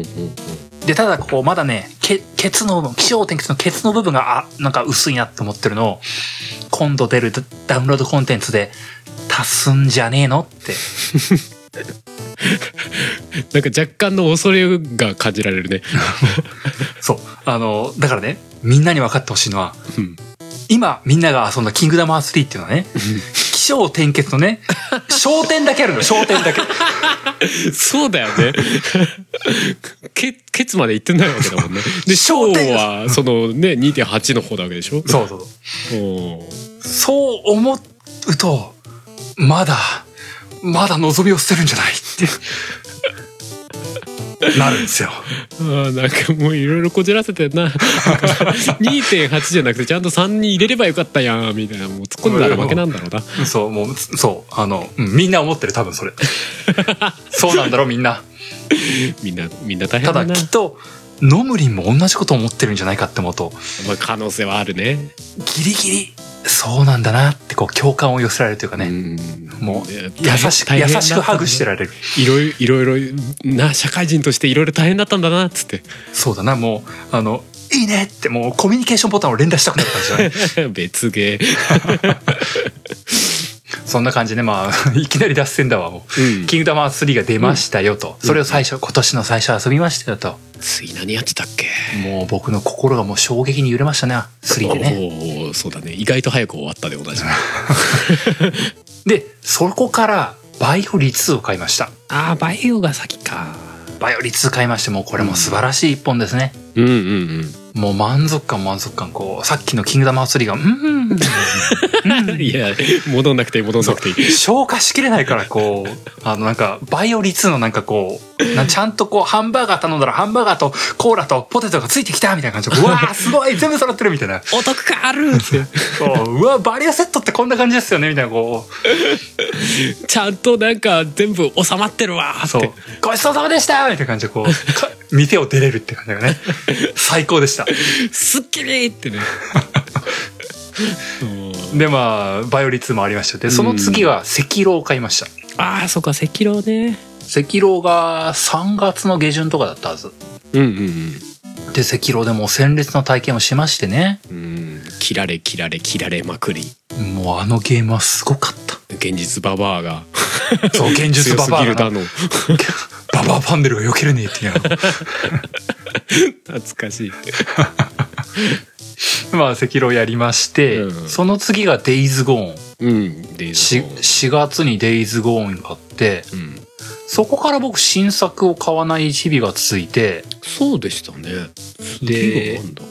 B: ん
A: でただこうまだねけケツの気象転結のケツの部分があなんか薄いなって思ってるのを今度出るダダウンロードコンテンツで足すんじゃねえのって
B: なんか若干の恐れが感じられるね、
A: そうあのだからねみんなに分かってほしいのは
B: うん
A: 今みんなが遊んだ「キングダムハーツ3」っていうのはね気象転結の ね焦点だけあるの焦点だけ
B: そうだよね。 ケケツまで行ってないわけだ もんね。で、
A: 焦
B: 小
A: 点
B: は、そのね、2.8の方なわけでしょ
A: そうそうそう
B: おー
A: そう思うとまだまだ望みを捨てるんじゃないって なるんですよ
B: あーなんかもういろいろこじらせてんな。2.8じゃなくて、ちゃんと3に入れればよかったやん、みたいな。もう突っ込んだら負けなんだろうな。
A: そう、もう、そう、あの、うんみんな思ってる、多分 それ。そうなんだろう、みんな。
B: みんな、みんな大
A: た
B: 変だ
A: だ、
B: な。
A: きっと、ノムリンも同じこと思ってるんじゃないかって思うと
B: まあ、可能性はあるね。
A: ギリギリそうなんだなってこう共感を寄せられるというかね、もう優しく優しくハグしてら
B: る。
A: れる
B: いろいろいろいろな社会人としていろいろ大変だったんだなっつって。
A: そうだなもうあの「いいね!」ってもうコミュニケーションボタンを連打したくなったんじゃない
B: 別ゲ
A: そんな感じでまあいきなり脱線だわもう「
B: ー。
A: キングダムハーツ3」が出ましたよと、それを最初今年の最初遊びましたよと
B: 次何やってたっけ。
A: もう僕の心がもう衝撃に揺れましたね3でね
B: おおそうだね意外と早く終わったで同じ。
A: でそこからバイオリ2を買いました
B: ああバイオが先か。
A: バイオリ2買いましてもうこれも素晴らしい一本ですね、
B: うんうん
A: もう満足感満足感こうさっきの「キングダムハーツ3」が「うんうんうん」
B: うん。いや戻んなくていい戻んなくていい。
A: 消化しきれないからこうあのなんかバイオリ2のなんかこうなちゃんとこうハンバーガー頼んだらハンバーガーとコーラとポテトがついてきたみたいな感じでう わーすごい全部揃ってるみたいな
B: お得感あるっつって
A: こううわバリアセットってこんな感じですよねみたいなこ
B: ちゃんとなんか全部収まってるわー
A: う
B: っ
A: そう
B: て
A: ごちそうさまでしたみたいな感じでこうか店を出れるって感じがね 最高でした
B: すっきりってね。うん
A: でまあバイオリ2もありましたでその次は赤狼を買いました
B: ああそうか赤狼ね。
A: 赤狼が3月の下旬とかだったはず
B: うんうん
A: で赤狼でもう鮮烈な体験をしましてね
B: うん。うん切られ切られ切られまくり
A: もうあのゲームはすごかった
B: 現実ババアが
A: そう、現実
B: 強
A: バ
B: す
A: バア
B: ぎるだ
A: がな。
B: の
A: ババアパンデルが避けれねえって言いな がら
B: 懐かしい。
A: まあ、赤狼やりまして、
B: うん
A: その次がデイズゴーン。
B: うん。で、
A: し4月にデイズゴーンがあって、
B: うん。
A: そこから僕新作を買わない日々が続いて、
B: そうでしたね。
A: で
B: 次がなんだ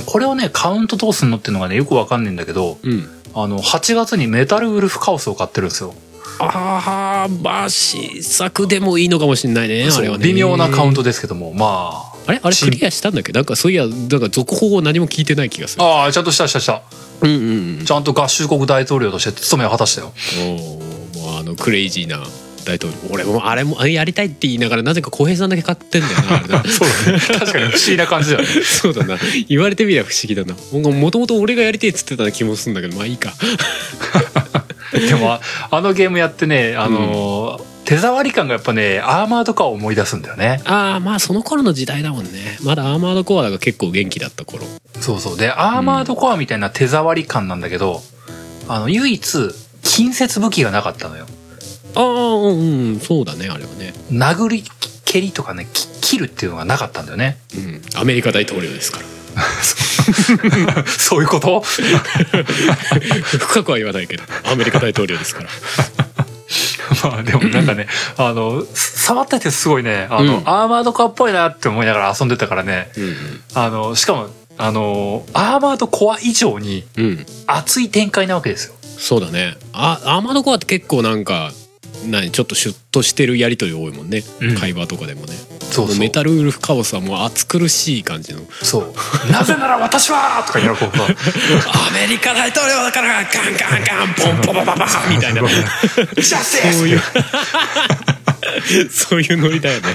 A: ね、これをね、カウントどうすんのっていうのがね、よくわかんねえんだけど、
B: うん。
A: あの、8月にメタルウルフカオスを買ってるんですよ。
B: ああ、まあ、新作でもいいのかもしれないね。あ
A: そう
B: れはね。
A: 微妙なカウン。トですけども、まあ、
B: あれあれ
A: 新
B: クリアしたんだっけなんかそういや、なんか続報を何も聞いてない気がする。
A: ああ、ちゃんとしたしたした。
B: うんうんうん
A: ち。ゃんと合衆国大統領として務めを果たしたよ。
B: おーもうあのクレイジーな大統領俺もあれもあれやりたいって言いながらなぜか浩平さんだけ買ってんだよなあ れな
A: そうだね。 確かに不思議な感じだよね。
B: そうだな言われてみれば不思議だなもともと俺がやりたいっつってた気もするんだけどまあいいか
A: でもああのゲームやってねあのー、手触り感がやっぱねアーマードカーを思い出すんだよね
B: ああまあその頃の時代だもんねまだアーマードコアが結構元気だった頃
A: そうそうでアーマードコアみたいな手触り感なんだけど、あの唯一近接武器がなかったのよ
B: ああうんうんそうだねあれはね
A: 殴り蹴りとかねき切るっていうのがなかったんだよね
B: うんアメリカ大統領ですから
A: そういうこと
B: 深くは言わないけどアメリカ大統領ですから
A: まあでもなんかねあの触っててすごいねあの、
B: うん
A: アーマードコアっぽいなって思いながら遊んでたからね
B: うん
A: あのしかもあのアーマードコア以上に
B: うん、うん、
A: 熱い展開なわけですよ
B: そうだねあアーマードコアって結構なんか何ちょっとシュッとしてるやり取り多いもんね、
A: うん
B: 会話とかでもね
A: そうそう
B: メタルウルフカオスはもう暑苦しい感 じの
A: そう。なぜなら私はとか言いな がらこうさ
B: アメリカ大統領だからガンガンガンポンポパパパパみたいな
A: ジャスティス
B: そういう そういうノリだよね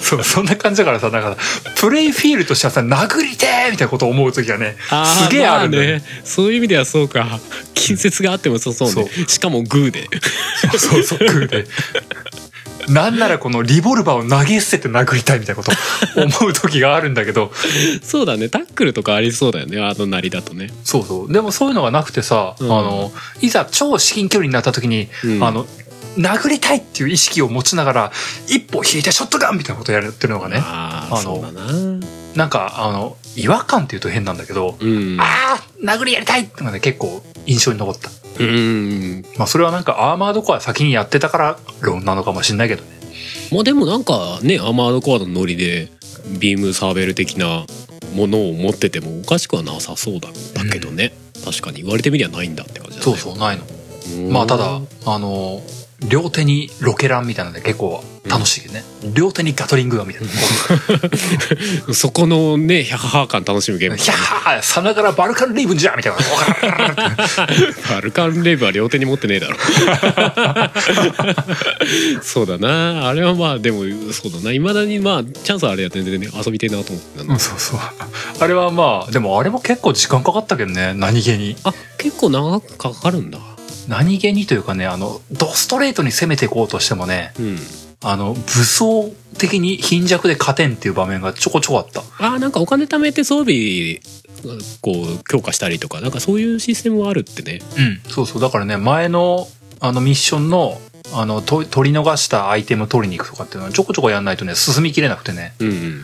A: そう、そんな感じだからさ、なんかさ、プレイフィールとしてはさ、殴りてーみたいなことを思う時がね、
B: ー
A: すげえあるんだよ
B: まあねそういう意味ではそうか近接があってもそうそうねしかもグーで
A: そうそう、空で。なんならこのリボルバーを投げ捨てて殴りたいみたいなことを思う時があるんだけど、
B: そうだねタックルとかありそうだよねあのなりだとね
A: そうそう。でもそういうのがなくてさ、
B: うん
A: あの、いざ超至近距離になった時に、
B: うん
A: あの、殴りたいっていう意識を持ちながら、一歩引いてショットガンみたいなことをやってるのがね、
B: あ
A: あの
B: あそうだなう
A: なんか、あの、違和感っていうと変なんだけど、
B: ん
A: ああ殴りやりたいってのがね結構印象に残った、
B: うん
A: まあ、それはなんかアーマードコア先にやってたから論なのかもしれないけどね
B: まあでもなんかねアーマードコアのノリでビームサーベル的なものを持っててもおかしくはなさそうだったけどね、確かに言われてみりゃないんだって感じだね
A: そうそうないの
B: うん
A: まあただあの両手にロケランみたいなので結構楽しいよね、両手にガトリングがみたいなこ
B: そこのねヒャッハー感楽しむゲー
A: う「
B: ム
A: ひゃーさながらバルカンリーブンじゃ!」みたいな
B: アルカンレイブは両手に持ってねえだろそうだなあれはまあでもそうだないまだにまあチャンスはあれやって全然遊びてえなと思ってたんだ
A: うんそうそうあれはまあでもあれも結構時間かかったけどね何気に
B: あ結構長くかかるんだ
A: 何気にというかねあのドストレートに攻めていこうとしてもね
B: うん
A: あの武装的に貧弱で勝てんっていう場面がちょこちょこあった
B: あーなんかお金貯めて装備こう強化したりとかなんかそういうシステムはあるってね
A: うん、そうそうだからね前のあのミッションのあのと取り逃したアイテム取りに行くとかっていうのはちょこちょこやんないとね進みきれなくてね
B: うんうん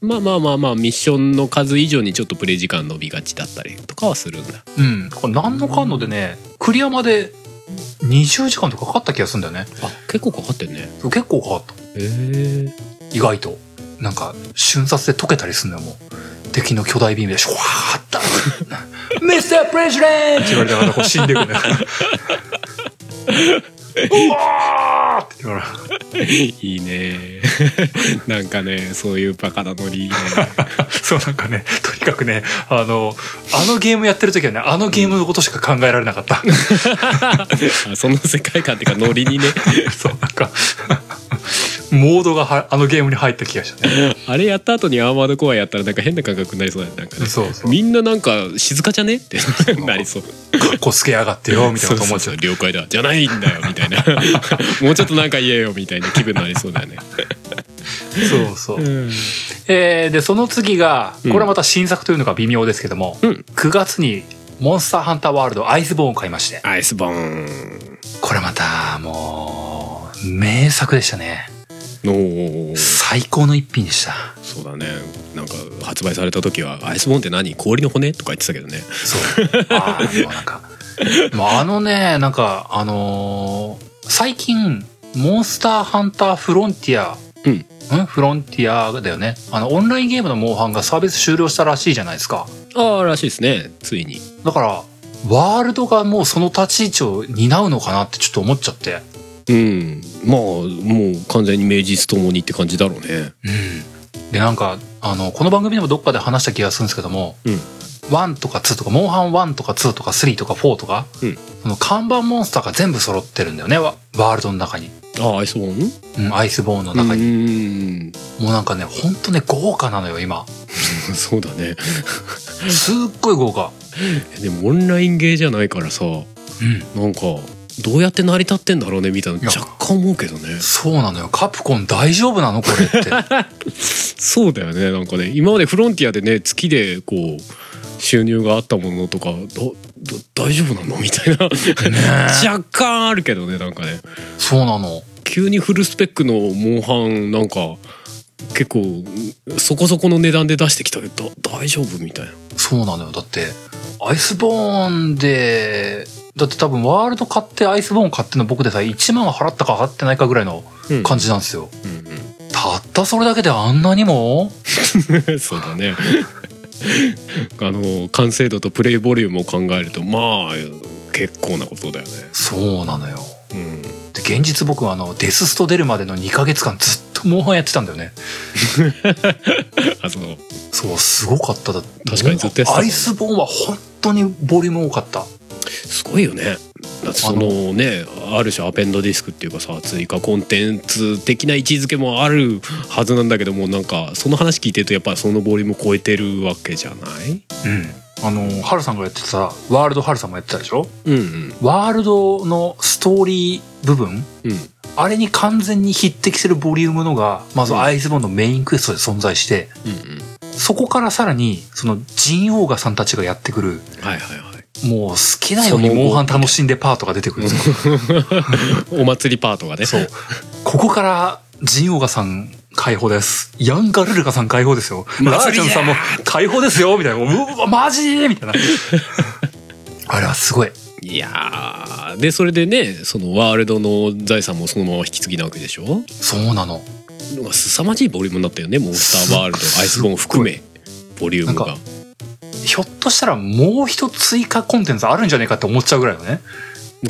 B: まあまあまあまあミッションの数以上にちょっとプレイ時間伸びがちだったりとかはするんだ
A: うんこれ何のかんのでねクリアまで20時間とかかかった気がするんだよね
B: あ結構かかってんね
A: そう結構かかった
B: へえ
A: 意外となんか瞬殺で溶けたりするんだよもう敵の巨大ビームでシュワー ッと「ミスタープレジデン!」って言われながらこう死んでいくねうわーって言われ
B: いいね なんかねそういうバカなノリいいね
A: そうなんかね、とにかくね、あの、あのゲームやってる時はね、あのゲームのことしか考えられなかった。
B: あその世界観っていうかノリ にね
A: そう、なんか、モードがはあのゲームに入った気がしたね。
B: あれやった後にアーマードコアやったらなんか変な感覚になりそうだねなんかね
A: そうそう。
B: みんななんか静かじゃねってなりそう
A: かっこつけやがってよ、みたいなこと思っちゃ
B: そううそうそう了解だじゃないんだよみたい なもうちょっとなんか言えよみたいな気分になりそうだよね、
A: そうそうう。
B: ん、
A: えーで、その次が、これはまた新作というのが微妙ですけども、
B: うん
A: 9月に、モンスターハンターワールドアイスボーンを買いまして。
B: アイスボーン
A: これまた、もう、名作でしたね。
B: の
A: 最高の一品でした。
B: そうだねなんか発売された時は「アイスボーンって何氷の骨?」とか言ってたけどね
A: そう。ああ、でもなんか。まあ、あのね、なんか、あのー最近、モンスターハンターフロンティア、
B: うん
A: フロンティアだよね。あの、オンラインゲームのモンハンがサービス終了したらしいじゃないですか。
B: ああらしいですねついに
A: だから、ワールドがもうその立ち位置を担うのかなってちょっと思っちゃって。
B: うんまあもう完全に名実ともにって感じだろうね
A: うん。で、なんか、あの、この番組でもどっかで話した気がするんですけども、
B: うん
A: 1とか2とか、モンハン1とか2とか3とか4とか、
B: うん
A: その看板モンスターが全部揃ってるんだよね、ワワールドの中に。
B: あアイスボーン
A: うん、アイスボーンの
B: う
A: 中に、
B: ん
A: もうなんかねほんとね豪華なのよ今
B: そうだね
A: すっごい豪華
B: でもオンラインゲーじゃないからさ
A: うん
B: なんかどうやって成り立ってんだろうねみたい
A: い
B: な
A: や
B: 若干思うけどね
A: そうなのよカプコン大丈夫なのこれ って
B: そうだよねなんかね今までフロンティアでね月でこう収入があったものとかどど大丈夫なのみたいな
A: ね
B: 若干あるけどねなんかね
A: そうなの
B: 急にフルスペックのモンハンなんか結構そこそこの値段で出してきたけどだ大丈夫みたいな
A: そうなのよだってアイスボーンでだって多分ワールド買ってアイスボーン買ってんの僕でさえ1万払ったか払ってないかぐらいの感じなんですよ、
B: うん
A: たったそれだけであんなにも
B: うん、 そうだねあの完成度とプレイボリュームを考えるとまあ結構なことだよね、
A: そうなのよ
B: うん、
A: で現実僕はあのデススト出るまでの2ヶ月間ずっとモンハンやってたんだよね
B: あその
A: そう、すごかっただ。
B: 確かにずっとやってたもん
A: アイスボーンは本当にボリューム多かった。
B: すごいよねだってそのねある種アペンドディスクっていうかさ追加コンテンツ的な位置づけもあるはずなんだけどもなんかその話聞いてるとやっぱそのボリューム超えてるわけじゃない
A: うん。あの、ハルさんがやってた、ワールドハルさんもやってたでしょ
B: うんうん
A: ワールドのストーリー部分
B: うん
A: あれに完全に匹敵するボリュームのが、まず
B: うん
A: アイスボーンのメインクエストで存在して、
B: うん
A: そこからさらに、その、ジンオーガさんたちがやってくる、
B: うんはいはいはい
A: もう好きなように
B: その後
A: モンハン楽しんでパートが出てくるんですよ。
B: お祭りパートがね
A: そう。ここから、ジンオーガさん解放です。ヤンガルルカさん解放ですよ。
B: 祭りや
A: ラーちゃんさんも解放ですよみたいな。うわ、マジみたいな。あれはすごい。
B: いやーでそれでねそのワールドの財産もそのまま引き継ぎなわけでしょ
A: そうなの。
B: なんか凄まじいボリュームになったよねモンスターワールド
A: すっごい
B: アイスボーン含めボリューム
A: な
B: が
A: んひょっとしたらもう一追加コンテンツあるんじゃねえかって思っちゃうぐらいのね。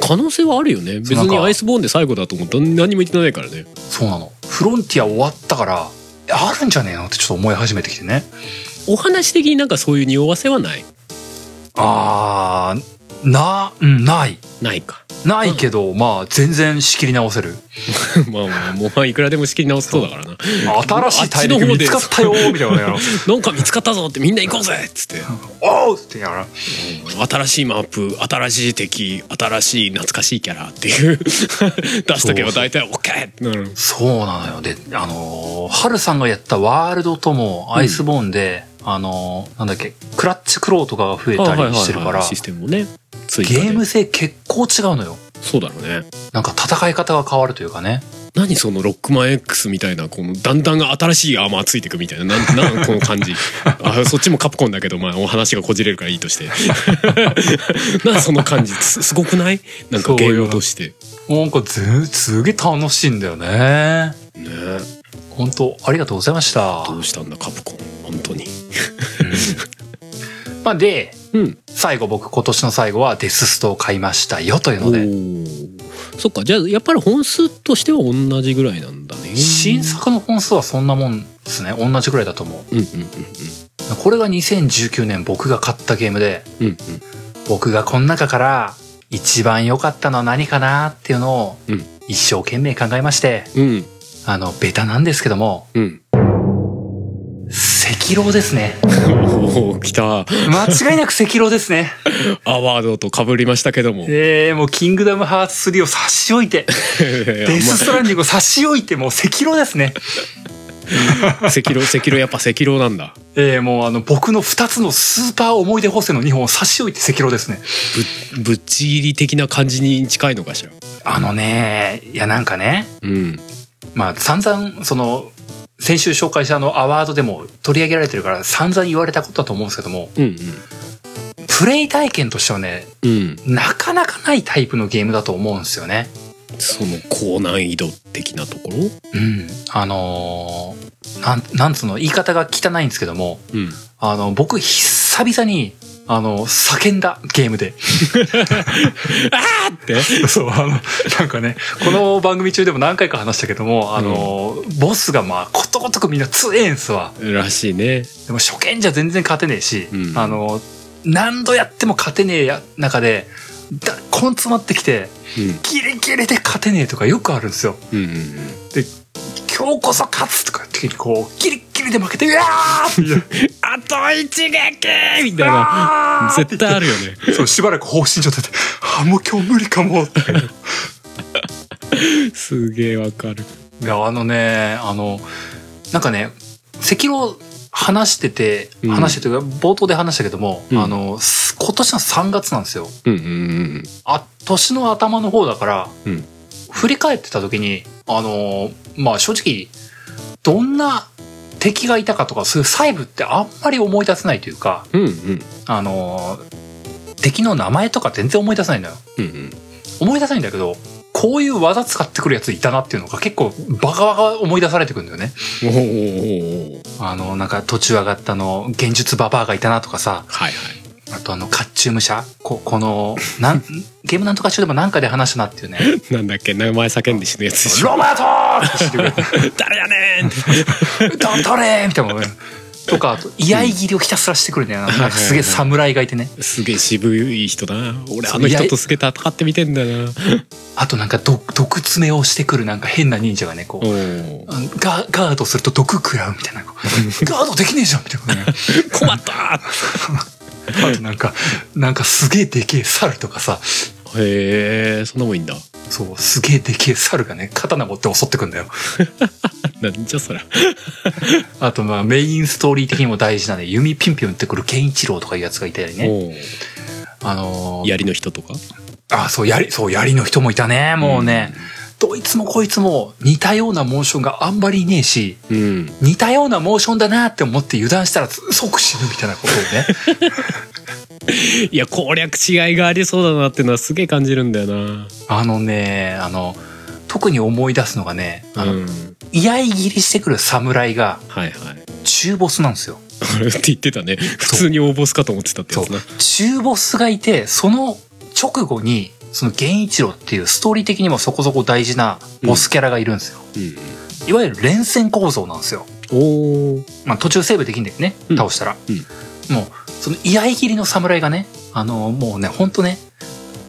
B: 可能性はあるよね別
A: そうなん
B: に
A: か
B: アイスボーンで最後だと思うと何も言ってないからね
A: そうなの。フロンティア終わったからあるんじゃねえのってちょっと思い始めてきてね
B: お話的になんかそういう匂わせはない
A: あーなうんない
B: ないか
A: ないけど、まあ全然仕切り直せる
B: まあまあもういくらでも仕切り直せそうだからな
A: 新しい大陸見つかったよ みたいなやろ
B: なんか見つかったぞってみんな行こうぜっつって
A: おうってやら
B: 新しいマップ新しい敵新しい懐かしいキャラっていう出しとけば大体 OK ってなる
A: そうなのよであのーハルさんがやったワールドともアイスボーンで、あのーなんだっけクラッチクローとかが増えたりしてるから
B: システムもね追加
A: ゲ
B: で
A: ーム性結構違うのよ
B: そうだろうね
A: なんか戦い方が変わるというかね
B: 何そのロックマン X みたいなこのだんだん新しいアーマーついてくみたいななんなんこの感 じあそっちもカプコンだけどまあお話がこじれるからいいとして なんその感じすすごくないなんかゲームとして
A: なんかぜすげえ楽しいんだよね
B: ね
A: 本当ありがとうございました、
B: どうしたんだカプコン本当に
A: まあで
B: うん
A: 最後僕今年の最後はデスストを買いましたよというので
B: おーそっかじゃあやっぱり本数としては同じぐらいなんだね
A: 新作の本数はそんなもんですね同じくらいだと思う
B: うんうんうん
A: これが2019年僕が買ったゲームで
B: うんうん
A: 僕がこの中から一番良かったのは何かなっていうのを
B: うん
A: 一生懸命考えまして、
B: うん
A: あのベタなんですけども
B: うん
A: 赤狼です ね
B: おお来た
A: 間違いなく赤狼ですね
B: アワードと被りましたけども
A: えー、もうキングダムハーツ3を差し置いてデスストランディングを差し置いてもう赤狼です ね
B: 赤狼赤狼やっぱ赤狼なんだ
A: えー、もうあの僕の2つのスーパー思い出補正の2本を差し置いて赤狼ですね
B: ぶぶっちぎり的な感じに近いのかしら
A: あのねいやなんかね
B: うん
A: まあ散々その先週紹介したあのアワードでも取り上げられてるから散々言われたことだと思うんですけども
B: うん
A: プレイ体験としてはね
B: うんうん
A: なかなかないタイプのゲームだと思うんですよね
B: その高難易度的なところ
A: うんあのーなんなんつうの言い方が汚いんですけども
B: うん
A: あの僕久々にあの叫んだゲームで
B: あーって
A: そうあのなんかねこの番組中でも何回か話したけどもあのー、ボスがまあことごとくみんな強えんすわ
B: らしいね
A: でも初見じゃ全然勝てねえし、
B: うん
A: あの何度やっても勝てねえや中でだこん詰まってきてギリギリで勝てねえとかよくあるんですよ
B: うんうんうんうん
A: 今日こそ勝つとかってこうギリギリで負けて「うわー!」みたい
B: あと一撃みた
A: な
B: い
A: 「う
B: な
A: わー
B: 絶対あるよね
A: そうしばらく放心状態で「あもう今日無理かも」って
B: すげえわかる
A: いやあのねあのなんかね赤狼話してて
B: うん
A: 話してて、冒頭で話したけども、
B: うん
A: あのす今年の3月なんですよ
B: うんうんうん
A: あ年の頭の方だから、
B: うん
A: 振り返ってた時にあのーまあ正直どんな敵がいたかとかそういう細部ってあんまり思い出せないというか
B: うんうん
A: あのー敵の名前とか全然思い出せないのよ
B: うんうん
A: 思い出せないんだけどこういう技使ってくるやついたなっていうのが結構バカバカ思い出されてくるんだよね
B: おおおお
A: あのなんか途中上がったあの現術ババアがいたなとかさ
B: はいは
A: あとあの甲冑武者ここのなん ゲームなんとか中でもなんかで話したなっていうね
B: いなんだっけ名前叫んで死ぬやつでしょ
A: ロバートーって言 ってく
B: 誰やねんって
A: れるどんとれーみたいなもんとかあと居合切りをひたすらしてくるねなんかすげえ侍がいてね
B: すげえ渋い人だな俺あの人とすげえ戦ってみてんだよな
A: あとなんか毒毒爪をしてくるなんか変な忍者がねこう、
B: おお
A: ガガードすると毒食らうみたいなこ うガードできねえじゃんみたいな、ね、
B: 困った
A: あとなんかなんかすげえでけえ猿とかさ
B: へえそんなもんいいんだ
A: そうすげえでけえ猿がね刀持って襲ってくんだよ
B: なんじゃそりゃ
A: あとまあメインストーリー的にも大事なね弓ピンピン打ってくる健一郎とかいうやつがいたりね
B: お
A: あの
B: お
A: ー
B: 槍の人とか
A: あ、そう、やり、そう、やりの人もいたね、もうね。どいつもこいつも似たようなモーションがあんまりいねえし、
B: うん
A: 似たようなモーションだなって思って油断したら即死ぬみたいなことを ね。
B: いや攻略違いがありそうだなってのはすげえ感じるんだよな
A: あのね、あの、特に思い出すのがね、あの、
B: うん
A: 居合切りしてくる侍が
B: はいはい
A: 中ボスなんですよ。
B: あれって言ってたね普通に応募すかと思ってたってや
A: そう
B: つな。
A: 中ボスがいて、その直後にその源一郎っていうストーリー的にもそこそこ大事なボスキャラがいるんですよ。
B: うん
A: いわゆる連戦構造なんですよ。
B: おー
A: まあ途中セーブできんだよね。
B: うん
A: 倒したら。
B: うん
A: もう、その居合切りの侍がね、あの、もうね、ほんとね、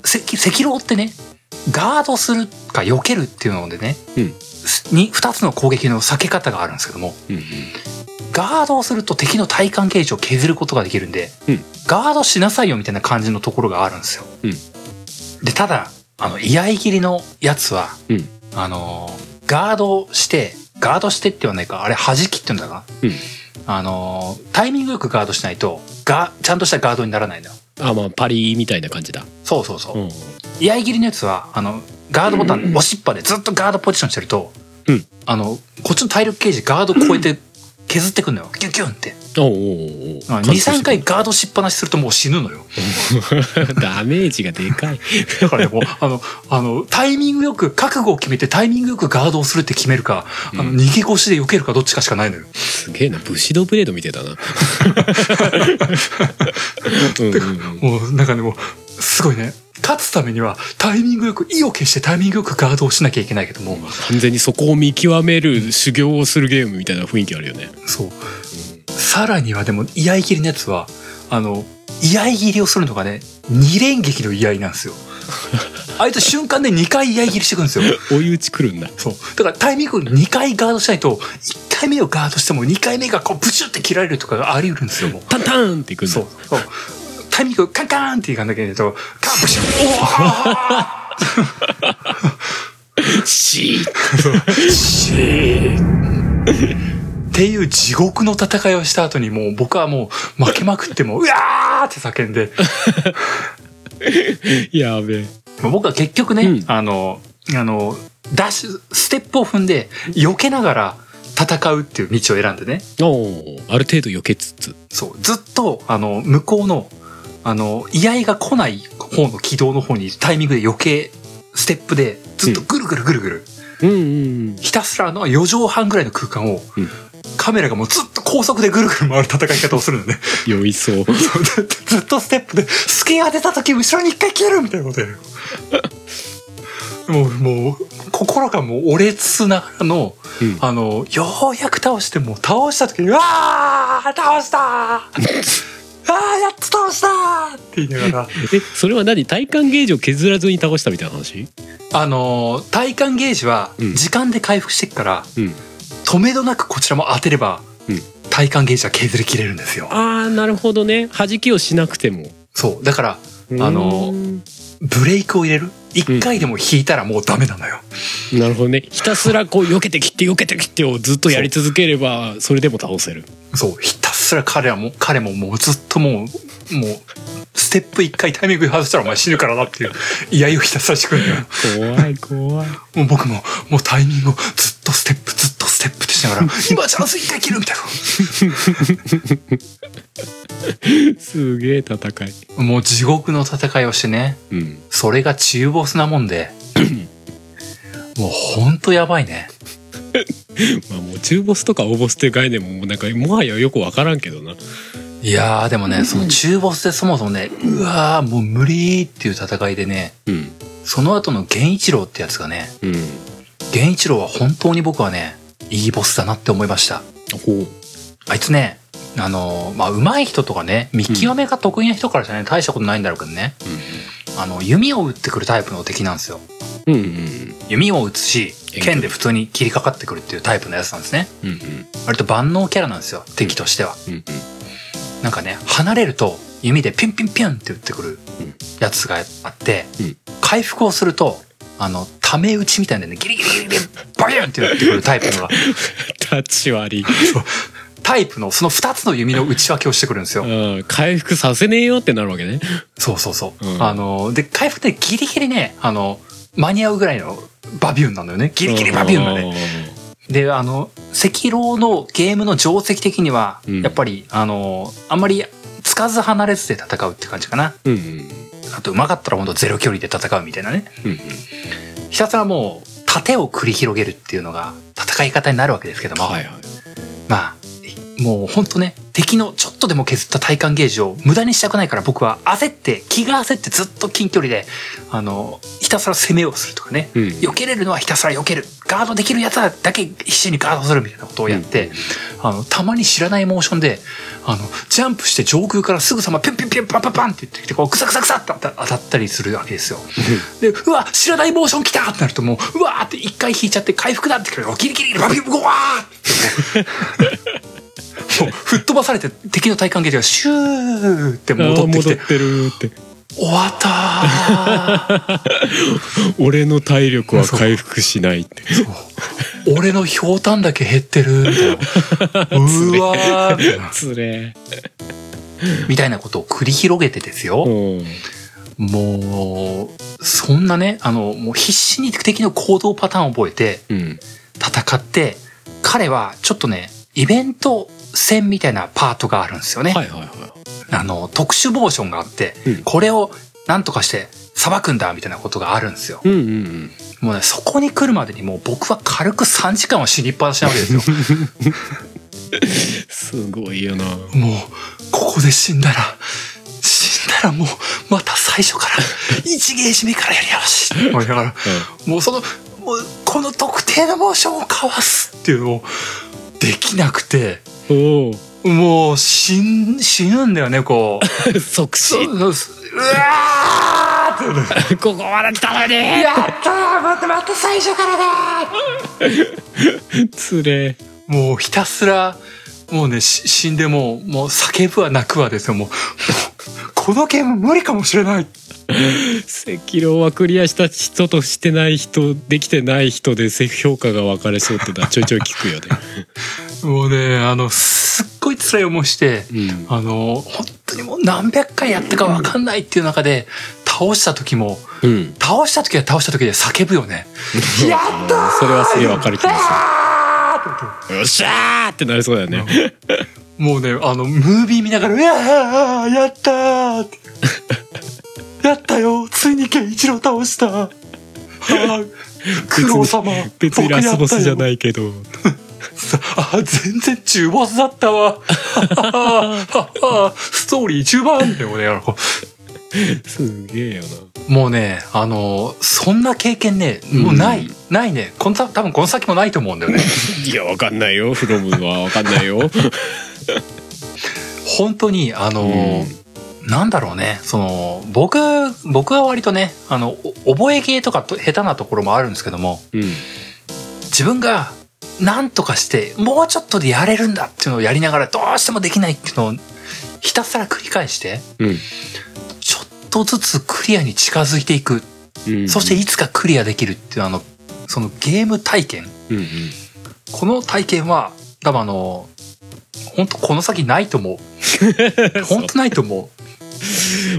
A: せ赤狼ってね、ガードするか避けるっていうのでね、
B: うん
A: すに二つの攻撃の避け方があるんですけども、
B: うんうん
A: ガードをすると敵の体幹ゲージを削ることができるんで、
B: うん
A: ガードしなさいよみたいな感じのところがあるんですよ。
B: うん
A: で、ただ、あの、居合切りのやつは、
B: うん
A: あのー、ガードして、ガードしてって言わないか、あれ、弾きって言うんだか
B: うん
A: な。あのー、タイミングよくガードしないと、が、ちゃんとしたガードにならないんだよ。
B: あまあパリみたいな感じだ
A: そうそうそう。
B: うん
A: 居合切りのやつは、あの、ガードボタン、押しっぱでずっとガードポジションしてると、
B: うん
A: あの、こっちの体力ゲージガード超えて削ってくんのよ。ギュッギュンって。
B: おうおうおうおう
A: 23回ガードしっぱなしするともう死ぬのよ
B: ダメージがでかい
A: だからねもうあのあのタイミングよく覚悟を決めてタイミングよくガードをするって決めるか、あの逃げ腰で避けるかどっちかしかないのよ
B: すげえな武士道ブレードみてえだな うんうんうん
A: もうなんかねもうすごいね勝つためにはタイミングよく意を決してタイミングよくガードをしなきゃいけないけども、
B: 完全にそこを見極める修行をするゲームみたいな雰囲気あるよね
A: そうさらにはでも居合切りのやつはあの居合切りをするのがね二連撃の居合なんですよあいつ瞬間で2回居合切りしてくるんですよ
B: 追い打ち来るんだ
A: そう。だからタイミング2回ガードしないと、1回目をガードしても2回目がこうブシュって切られるとかがあり得るんですよ、もう。
B: タンタンっていくんだ
A: そう。そうタイミングカンカーンっていかなきゃいけないと、カンブシュッお
B: シー
A: ーシーっていう地獄の戦いをした後にもう僕はもう負けまくってもう、うわーって叫んで、
B: やべえ
A: 僕は結局ね、
B: うん
A: あの、あの、ダッシュ、ステップを踏んで、避けながら戦うっていう道を選んでね。
B: おーある程度避けつつ
A: そう、ずっと、あの、向こうの、あの、居合が来ない方の軌道の方にタイミングで余計、ステップで、ずっとぐるぐるぐるぐる、
B: うんうん
A: ひたすらあの4畳半ぐらいの空間を、
B: うん
A: カメラがもうずっと高速でぐるぐる回る戦い方をするのね。
B: 酔いそう
A: そうずっと ずっとステップで、スキー当てた時後ろに一回消えるみたいなことやる。もう、もう、心がもう折れつつながらの、
B: うん
A: あの、ようやく倒して、もう倒した時に、うわー倒 したーあーやっと倒したーって言いながら、
B: えそれは何体幹ゲージを削らずに倒したみたいな話
A: あのー、体感ゲージは
B: うん
A: 時間で回復してっから、
B: うん
A: 止めどなくこちらも当てれば、
B: うん
A: 体感ゲージは削り切れるんですよ。
B: ああなるほどね弾きをしなくても
A: そう。だから、あの
B: うーん
A: ブレイクを入れる一回でも引いたらもうダメなのよ。
B: なるほどねひたすらこう避けて切って避けて切ってをずっとやり続ければそれでも倒せる
A: そう、ひたすら彼はもう、彼ももうずっともう、もう、ステップ一回タイミング外したらお前死ぬからなっていう、いやいをひたすらしてくるんだよ。
B: 怖い怖い
A: もう僕も、もうタイミングをずっとステップ、ずっとステップってしながら、今チャンス一回切るみたい
B: すげえ戦い
A: な。もう地獄の戦いをしてね、
B: うん
A: それが中ボスなもんで、もうほんとやばいね。
B: まあもう中ボスとか大ボスっていう概念ももうなんかもはやよくわからんけどない
A: やーでもね、その中ボスでそもそもね、うわーもう無理ーっていう戦いでね、
B: うん
A: その後の源一郎ってやつがね、
B: うん
A: 源一郎は本当に僕はね、いいボスだなって思いました。
B: ほう
A: あいつね、あの、まあ、上手い人とかね、見極めが得意な人からじゃね、大したことないんだろうけどね、あの、弓を打ってくるタイプの敵なんですよ。
B: うんうん
A: 弓を打つし、
B: 遠距離
A: 剣で普通に切りかかってくるっていうタイプのやつなんですね。
B: うんうん
A: 割と万能キャラなんですよ、敵としては。
B: うん
A: なんかね、離れると弓でピュンピュンピュンって打ってくる
B: うん
A: やつがあって、
B: うん
A: 回復をすると、あの、ため打ちみたいなね、ギリギリギリギリ、バキュンって打ってくるタイプのが、
B: 立ち割り、
A: タイプのその2つの弓の打ち分けをしてくるんですよ。
B: うん、回復させねえよってなるわけね
A: そうそうそう。
B: うん
A: あの、で、回復でギリギリね、あの、間に合うぐらいのバビューンなのよね。ギリギリバビューンだね。で、あの、赤狼のゲームの定石的には、
B: うん
A: やっぱり、あの、あんまりつかず離れずで戦うって感じかな。
B: うんうん
A: あと、うまかったらほんとゼロ距離で戦うみたいなね。
B: うん
A: ひたすらもう、盾を繰り広げるっていうのが戦い方になるわけですけども、
B: はいはい
A: まあ、もうほんとね、敵のちょっとでも削った体感ゲージを無駄にしたくないから僕は焦って気が焦ってずっと近距離であのひたすら攻めをするとかね、
B: うん
A: 避けれるのはひたすら避けるガードできるやつはだけ必死にガードするみたいなことをやって、あのたまに知らないモーションであのジャンプして上空からすぐさまピュンピュンピュンパンパンパンって言ってきてこうクサクサクサって当たったりするわけですよ。でうわ知らないモーション来たってなるともううわーって一回引いちゃって回復だってくるギリギリギリバビュンゴワーってもう吹っ飛ばされて敵の体感ゲージがシューって
B: あー
A: 戻ってき
B: 戻っててるって
A: 「終わったー
B: 俺の体力は回復しないって
A: 俺のひょうたんだけ減ってる」みたいな「うわー」みたいな
B: つれ
A: みたいなことを繰り広げてです
B: う
A: よ
B: ん
A: もうそんなねあのもう必死に敵の行動パターンを覚えて
B: うん
A: 戦って彼はちょっとねイベント戦みたいなパートがあるんですよね、
B: はいはいはい
A: あの特殊モーションがあって、
B: うん
A: これをなんとかして裁くんだみたいなことがあるんですよ
B: うんうんうん
A: もうね、そこに来るまでにもう僕は軽く3時間は死にっぱなしなわけですよ。
B: すごいよな
A: もう、ここで死んだら、死んだらもう、また最初から、1ゲージ目からやり直し。もうだから、もうその、もう、この特定のモーションをかわすっていうのを、できなくて、
B: うんおお
A: もう、死ん、死ぬんだよね、こ う。
B: 即死
A: そううわーって。
B: ここまで来たのに
A: やったーまた、また最初からだー
B: つれ
A: もうひたすら、もうね、し死んでもう、もう叫ぶは泣くはですよ、もう。 もうこのゲーム無理かもしれない。
B: 赤狼はクリアした人としてない人できてない人で評価が分かれそうってのはちょいちょい聞くよね。
A: もうね、あの、すっごい辛い思いして、
B: うん、
A: あの、本当にもう何百回やったかわかんないっていう中で、倒した時も、
B: うん、
A: 倒した時は倒した時で叫ぶよね。 やったー
B: それはすげえ分かる気が
A: あーって
B: する。よっしゃーってなりそうだよね。
A: もうね、あの、ムービー見ながら、いやーやった ーってやったよついにケンイチロウ倒したあ ークロウ様
B: 別にラスボスじゃないいけど。
A: あー全然中ボスだった わストーリー中盤でもねあの
B: すげえよ
A: もうねあのそんな経験ねもうない、
B: うん
A: ないねこのさ多分この先もないと思うんだよね
B: な。いや、分かんないよ。フロムは分かんないよ。
A: 本当にあの、なんだろうね、その、僕、僕は割とね、あの、お覚え系とかと下手なところもあるんですけども、
B: うん、
A: 自分が何とかして、もうちょっとでやれるんだっていうのをやりながら、どうしてもできないっていうのを、ひたすら繰り返して、
B: うん、
A: ちょっとずつクリアに近づいていく。
B: うん、
A: そしていつかクリアできるっていう、あの、そのゲーム体験。
B: うん、うん、
A: この体験は、多分あの、本当この先ないと思う。本当ないと思う。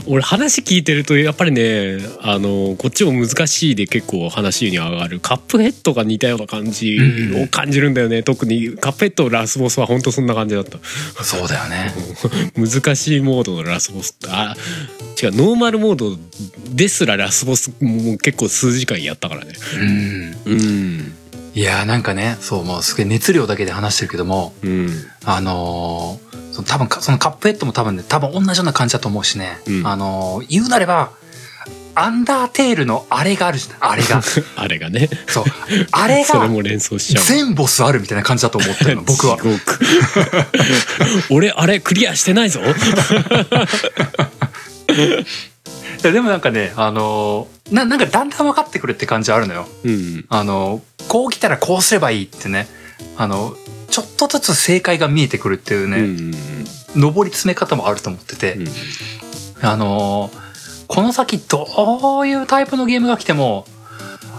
B: 俺話聞いてるとやっぱりねあのこっちも難しいで結構話に上がるカップヘッドが似たような感じを感じるんだよね、特にカップヘッドのラスボスは本当そんな感じだった
A: そうだよ ね。
B: 難しいモードのラスボスってあ違うノーマルモードですらラスボスも結構数時間やったからね
A: うん。
B: うん
A: いやーなんかね、そう、もうすげえ熱量だけで話してるけども、
B: うん
A: あのーその多分か、そのカップヘッドも多分ね、多分同じような感じだと思うしね、
B: うん
A: あのー言うなれば、アンダーテールのあれがあるじゃん、あれが。
B: あれがね
A: そう。あれ
B: それ
A: が、
B: も連想しちゃう
A: 全ボスあるみたいな感じだと思 ってるの、僕は
B: 地。獄俺あれクリアしてないぞ
A: いやでもなんかね、あのーな、なんかだんだん分かってくるって感じあるのよ。
B: うん
A: あのーこう来たらこうすればいいってね、あのちょっとずつ正解が見えてくるっていう
B: うん
A: ね、上り詰め方もあると思ってて、
B: うん
A: あのーこの先どういうタイプのゲームが来ても、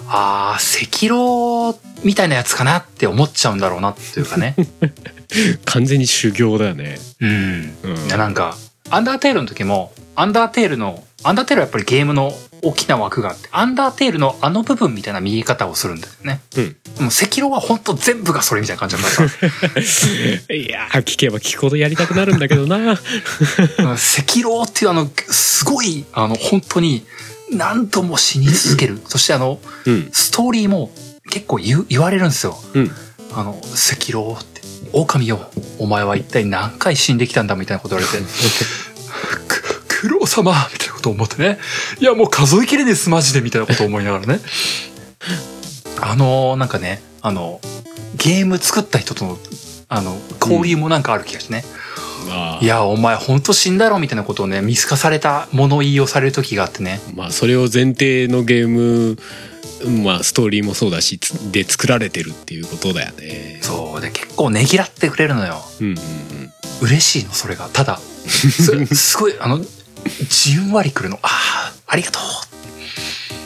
A: ああ、赤狼みたいなやつかなって思っちゃうんだろうなっていうかね。
B: 完全に修行だよね
A: うん。
B: うん
A: いやなんか、アンダーテールの時も、アンダーテールの、アンダーテールはやっぱりゲームの大きな枠があって、アンダーテールのあの部分みたいな見え方をするんだよね。
B: うん
A: もう赤狼は本当全部がそれみたいな感じだった。
B: いやー聞けば聞くほどやりたくなるんだけどな
A: うん赤狼っていうあの、すごい、あの、本当に何度も死に続ける。そしてあの、
B: うん
A: ストーリーも結構言う言われるんですよ。
B: うん
A: あの、赤狼って。狼よお前は一体何回死んできたんだみたいなこと言われて く苦労様みたいなこと思ってねいやもう数えきれねえですマジでみたいなこと思いながらねあのーなんかねあのゲーム作った人とのあの交流もなんかある気がしてね、
B: ま
A: い
B: あ、
A: やお前ほんと死んだろみたいなことをね見透かされた物言いをされる時があってね
B: まあそれを前提のゲームまあストーリーもそうだしつで作られてるっていうことだよね
A: そうで結構ねぎらってくれるのよ
B: うんうん
A: 嬉しいのそれがただすすごいあのじんわりくるのああありがと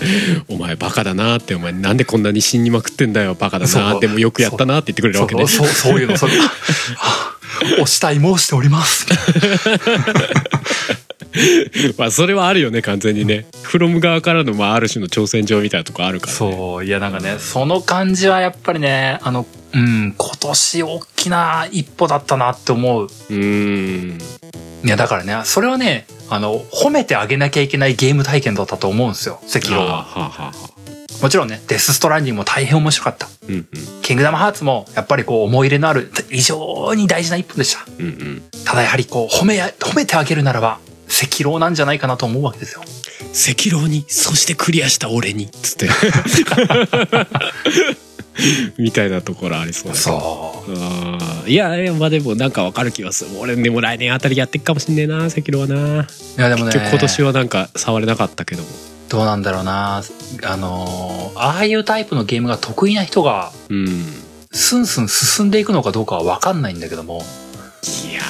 A: う
B: うんお前バカだなってお前なんでこんなに死にまくってんだよバカだ
A: そ
B: な
A: う
B: でもよくやったなって言ってくれるわけね
A: そうそうそういうのそういうの あお慕い申しております
B: まあそれはあるよね完全にねフロム側からのまあある種の挑戦状みたいなとこあるから
A: そういやなんかねその感じはやっぱりねあのうん今年大きな一歩だったなって思う
B: うーん
A: いやだからねそれはねあの褒めてあげなきゃいけないゲーム体験だったと思うんですよ赤狼
B: あーはあ
A: は
B: はあはあ
A: もちろんねデス・ストランディングも大変面白かった
B: うんうん
A: キングダムハーツもやっぱりこう思い入れのある非常に大事な一本でした
B: うんうん
A: ただやはりこう褒めや褒めてあげるならば赤狼なんじゃないかなと思うわけですよ
B: 赤狼にそしてクリアした俺につって みたいなところありそうだね
A: そ
B: あーいやいやまあでもなんかわかる気がする俺でも来年あたりやっていくかもしんねえな赤狼はな、
A: ういやでもね
B: 結局今年はなんか触れなかったけども
A: どうなんだろうなあのーああいうタイプのゲームが得意な人が
B: うんい
A: スンスン進んでいくのかどうかは分かんないんだけども
B: や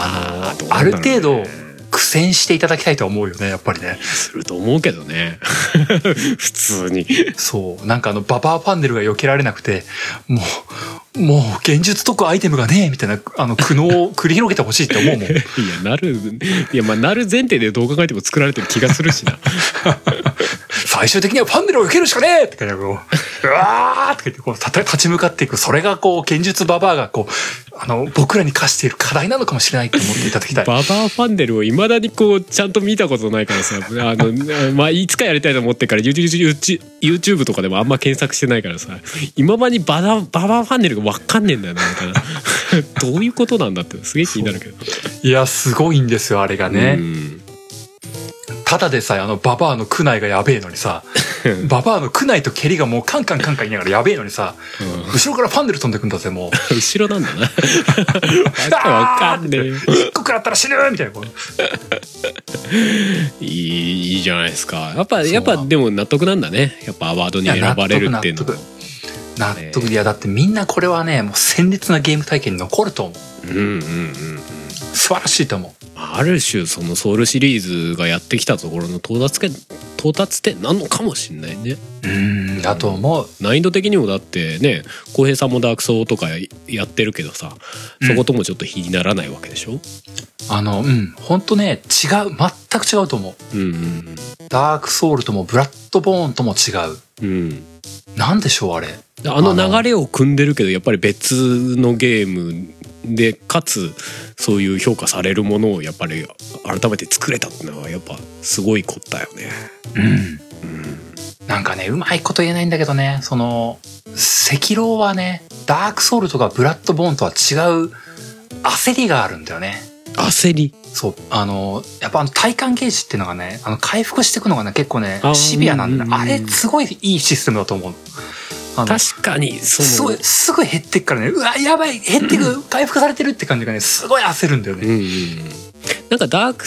B: ー
A: あのー
B: どうなんだろうね
A: ある程度苦戦していただきたいとは思うよねやっぱりね
B: すると思うけどね 普通 に
A: そうなんかあのババアパンデルが避けられなくてもうもう現実解くアイテムがねえみたいなあの苦悩を繰り広げてほしいって思うもん
B: いやなるいやまあなる前提でどう考えても作られてる気がするしな
A: 最終的にはパンデルを受けるしかねえって感じでこう、うわーって言ってこう、たた立ち向かっていく。それがこう、剣術ババアがこう、あの、僕らに課している課題なのかもしれないって思っていただきたい。
B: ババアファンデルをいまだにこうちゃんと見たことないからさあの、 まあ、いつかやりたいと思ってから YouTube, YouTube とかでもあんま検索してないからさ今までにババババアファンデルが分かんねえんだよなみたいな どういうことなんだってすげえ気になるけど
A: いや、すごいんですよ、あれが
B: う
A: ね。
B: ん
A: ただでさえ、あの、ババアの苦内がやべえのにさ、ババアの苦内と蹴りがもうカンカンカンカン言いながらやべえのにさ、後ろからパンデル飛んでくんだぜ、もう。
B: 後ろなんだな
A: わ
B: わかんねえよ
A: 一個食らったら死ぬみたいな。こう
B: いいいいじゃないですかやっぱ
A: そう
B: やっぱでも納得なんだねやっぱアワードに選ばれるってい
A: いや納
B: うの
A: 得納得納得。いや、だってみんなこれはね、もう鮮烈なゲーム体験に残ると思う。
B: うんうんうん
A: 素晴らしいと思う。
B: ある種そのソウルシリーズがやってきたところの到達点到達点なのかもしんないね
A: うーんだと思う
B: 難易度的にもだってね浩平さんもダークソウとかやってるけどさ
A: うん
B: そこともちょっと比にならないわけでしょ、
A: あのうんほんとね違う全く違うと思う
B: うん、うん
A: ダークソウルともブラッドボーンとも違う
B: うんうん
A: なんでしょうあれ
B: あの
A: あの
B: 流れを組んでるけどやっぱり別のゲームでかつそういう評価されるものをやっぱり改めて作れたってのはやっぱすごいことだよね。
A: うん
B: うん
A: なんかねうまいこと言えないんだけどねその赤狼はねダークソウルとかブラッドボーンとは違う焦りがあるんだよね
B: 焦り
A: そうあのやっぱあの体感ゲージっていうのがねあの回復していくのがね結構ね
B: あー
A: シビアなんだ
B: う
A: よ
B: んうん
A: あ
B: うん
A: れすごいいいシステムだと思うあの
B: 確かにその
A: すごい、すごい減ってくからね、うわ、やばい、減ってく、回復されてるって感じがね、すごい焦るんだよ
B: う
A: ね。
B: んうんうんなんかダーク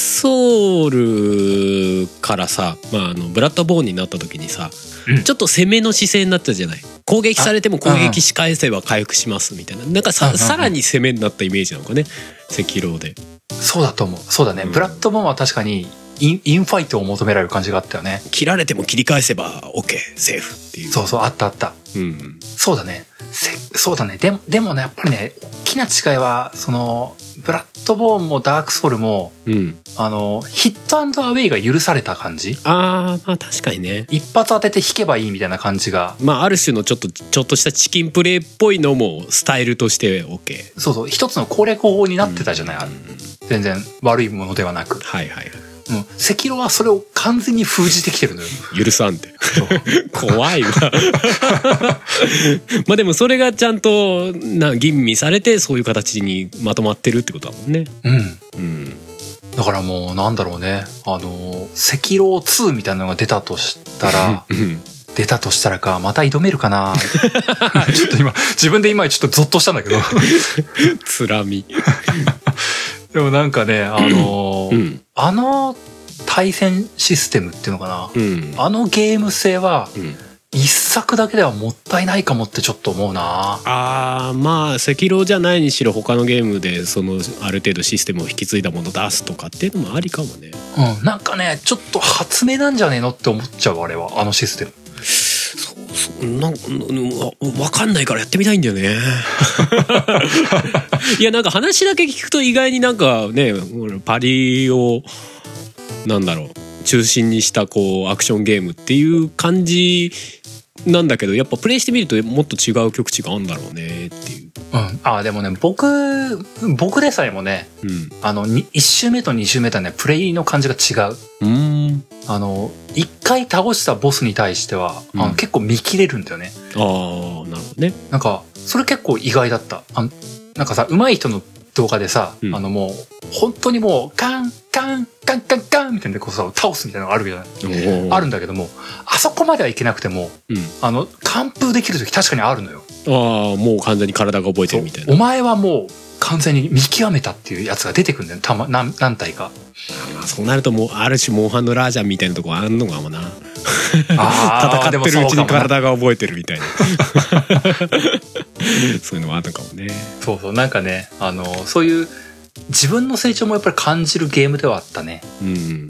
B: ソウルからさ、まあ、あのブラッドボーンになった時にさ、
A: うん
B: ちょっと攻めの姿勢になったじゃない攻撃されても攻撃し返せば回復しますみたいななんか
A: うんう
B: さ
A: んうん
B: さらに攻めになったイメージなのかね赤狼で。
A: そうだと思う。そうだね。
B: うん
A: ブラッドボーンは確かにイン、インファイトを求められる感じがあったよね。
B: 切られても切り返せば OK セーフっていう
A: そうそう、あったあった。
B: うん
A: そうだね。せそうだね。でも、でもね、やっぱりね、大きな違いは、その、ブラッドボーンもダークソウルも、
B: うん
A: あの、ヒットアウェイが許された感じ
B: あーまあ確かにね
A: 一発当てて引けばいいみたいな感じが。
B: まあある種のちょっとちょっとしたチキンプレーっぽいのもスタイルとして OK
A: そうそう、一つの攻略方法になってたじゃない、あれ
B: うんうんうん
A: 全然悪いものではなく。
B: はいはい
A: うん赤色はそれを完全に封じてきて るのよ。
B: 許さんって。怖いわ。 まあでもそれがちゃんとな吟味されてそういう形にまとまってるってことだもんね。
A: うん。
B: うん。
A: だからもうなんだろうね。あの、赤老2みたいなのが出たとしたら、
B: うん
A: 出たとしたらか、また挑めるか なちょっと今、自分で今ちょっとゾッとしたん だけど。
B: つらみ。
A: でもなんかね、あの、
B: うん。
A: あの対戦システムっていうのかな。
B: うん。
A: あのゲーム性は、
B: うん
A: 一作だけではもったいないかもってちょっと思うな。
B: あーまあ赤狼じゃないにしろ他のゲームでそのある程度システムを引き継いだもの出すとかっていうのもありかもね
A: うん。なんかね、ちょっと発明なんじゃねえのって思っちゃう、あれは。あのシステム。
B: そうそうなんかうんわわかんないからやってみたいんだよね いやなんか話だけ聞くと意外になんかねほらパリをなんだろう中心にしたこうアクションゲームっていう感じなんだけどやっぱプレイしてみるともっと違う局地があるんだろうねっていう。
A: うん。あ、でもね、僕、僕でさえもね、
B: うん
A: あの、に一周目と二周目とはね、プレイの感じが違う。
B: うーん
A: あの、一回倒したボスに対しては、あの
B: うん
A: 結構見切れるんだよね。
B: あーなるほどね。
A: なんか、それ結構意外だった。あのなんかさ、上手い人の動画でさ、
B: うん
A: あのもう、本当にもう、カン、カン、カン、カン、カンみたいなこうさ、倒すみたいなのがあるじゃない。
B: おー
A: あるんだけども、あそこまではいけなくても、
B: うん
A: あの、完封できる時確かにあるのよ。
B: ああもう完全に体が覚えてるみたいな
A: お前はもう、完全に見極めたっていうやつが出てくるんだよ。たま、何、何体か。
B: まあそうなるともうある種モンハンのラージャンみたいなとこあんのかもな
A: あ ー
B: 戦
A: で
B: っ
A: も
B: てるうち
A: そう
B: に
A: かもな
B: 体が覚えてるみたいな そういうのもあるのかもね
A: そうそう、なんかね、あの、そういう、自分の成長もやっぱり感じるゲームではあったね。
B: うん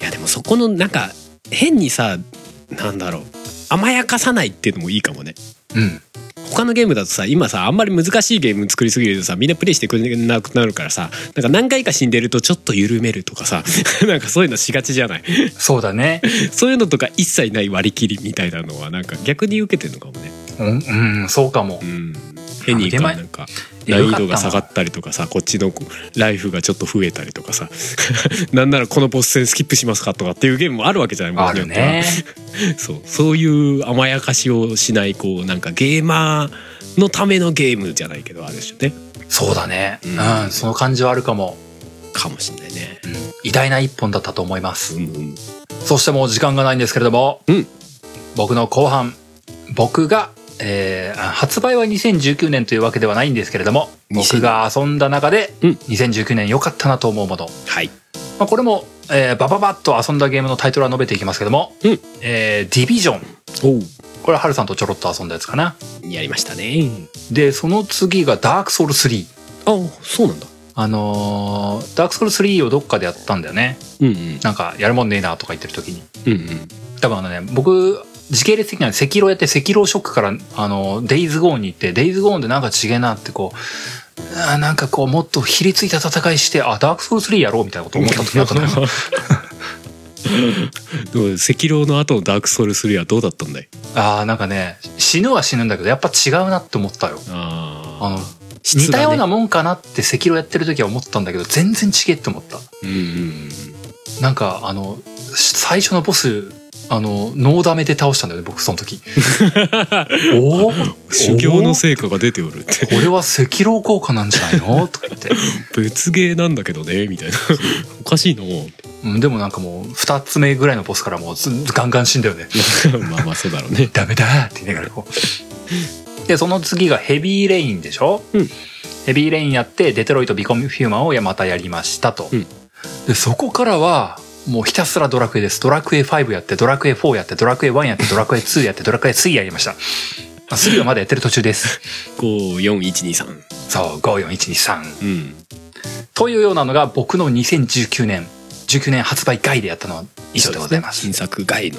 B: いやでもそこのなんか変にさなんだろう甘やかさないっていうのもいいかもね
A: うん。
B: 他のゲームだとさ今さあんまり難しいゲーム作りすぎるとさみんなプレイしてくれなくなるからさなんか何回か死んでるとちょっと緩めるとかさ なんかそういうのしがちじゃない
A: そうだね。
B: そういうのとか一切ない割り切りみたいなのはなんか逆に受けてるのかもね。
A: うん、うん、そうかも
B: う。ん、変に
A: 出前
B: なんか
A: いや
B: 難易度
A: よか
B: が
A: った
B: 下
A: な
B: がったりとかさこっちのライフがちょっと増えたりとかさ なんならこのボス戦スキップしますかとかっていうゲームもあるわけじゃないも
A: あるね。
B: そうそういう甘やかしをしないこうなんかゲーマーのためのゲームじゃないけどあるでしょね
A: そうだね。
B: う
A: うんん、その感じはあるかも。
B: かもしんないね。
A: うん偉大な一本だったと思います。
B: うんうん
A: そしてもう時間がないんですけれども、
B: うん
A: 僕の後半、僕が、えー、あ発売は2019年というわけではないんですけれども、僕が遊んだ中で、
B: うん
A: 2019年良かったなと思うもの、
B: はい
A: まあ、これも、えー、バババッと遊んだゲームのタイトルは述べていきますけども、
B: うん
A: えーディビジョン。
B: おう
A: これはハルさんとちょろっと遊んだやつかな。
B: やりましたね
A: で、その次がダークソウル3。
B: あそうなんだ
A: あのーダークソウル3をどっかでやったんだよね。
B: うんうん
A: なんか、やるもんねえなとか言ってる時に。
B: うんうん
A: 多分あのね、僕、時系列的には赤狼やって赤狼ショックから、あの、デイズゴーンに行って、デイズゴーンでなんか違えなってこう、あーなんかこう、もっとひりついた戦いして、あ、ダークソウル3やろうみたいなこと思った時があったのよ
B: でも赤狼の後のダークソウル3はどうだったんだい
A: あーなんかね、死ぬは死ぬんだけど、やっぱ違うなって思ったよ。
B: あ
A: あの、
B: 質がね
A: 似たようなもんかなって赤狼やってる時は思ったんだけど、全然違えって思った。
B: うんうん
A: なんか、あの、最初のボス、あの、ノーダメで倒したんだよね、僕その 時。おお
B: 修行の成果が出ておるって
A: これは赤狼効果なんじゃないのとか 言って。
B: 別ゲーなんだけどねみたいな おかしいの
A: うん、でもなんかもう、二つ目ぐらいのボスからもうず、ガンガン死んだよね。
B: まあまあそうだろうね
A: ダメだーって言いながらこう。で、その次がヘビーレインでしょ、
B: うん
A: ヘビーレインやって、デトロイト・ビコム・ヒューマンをまたやりましたと。
B: うん
A: で、そこからは、もうひたすらドラクエです。ドラクエ5やって、ドラクエ4やって、ドラクエ1やって、ドラクエ2やって、ドラクエ3やりました。あ3はまだやってる途中です。
B: 54123
A: そう、5、4、1、2、3。
B: うん
A: というようなのが僕の2019年、19年発売外でやったのは以上でございます。
B: 新作外の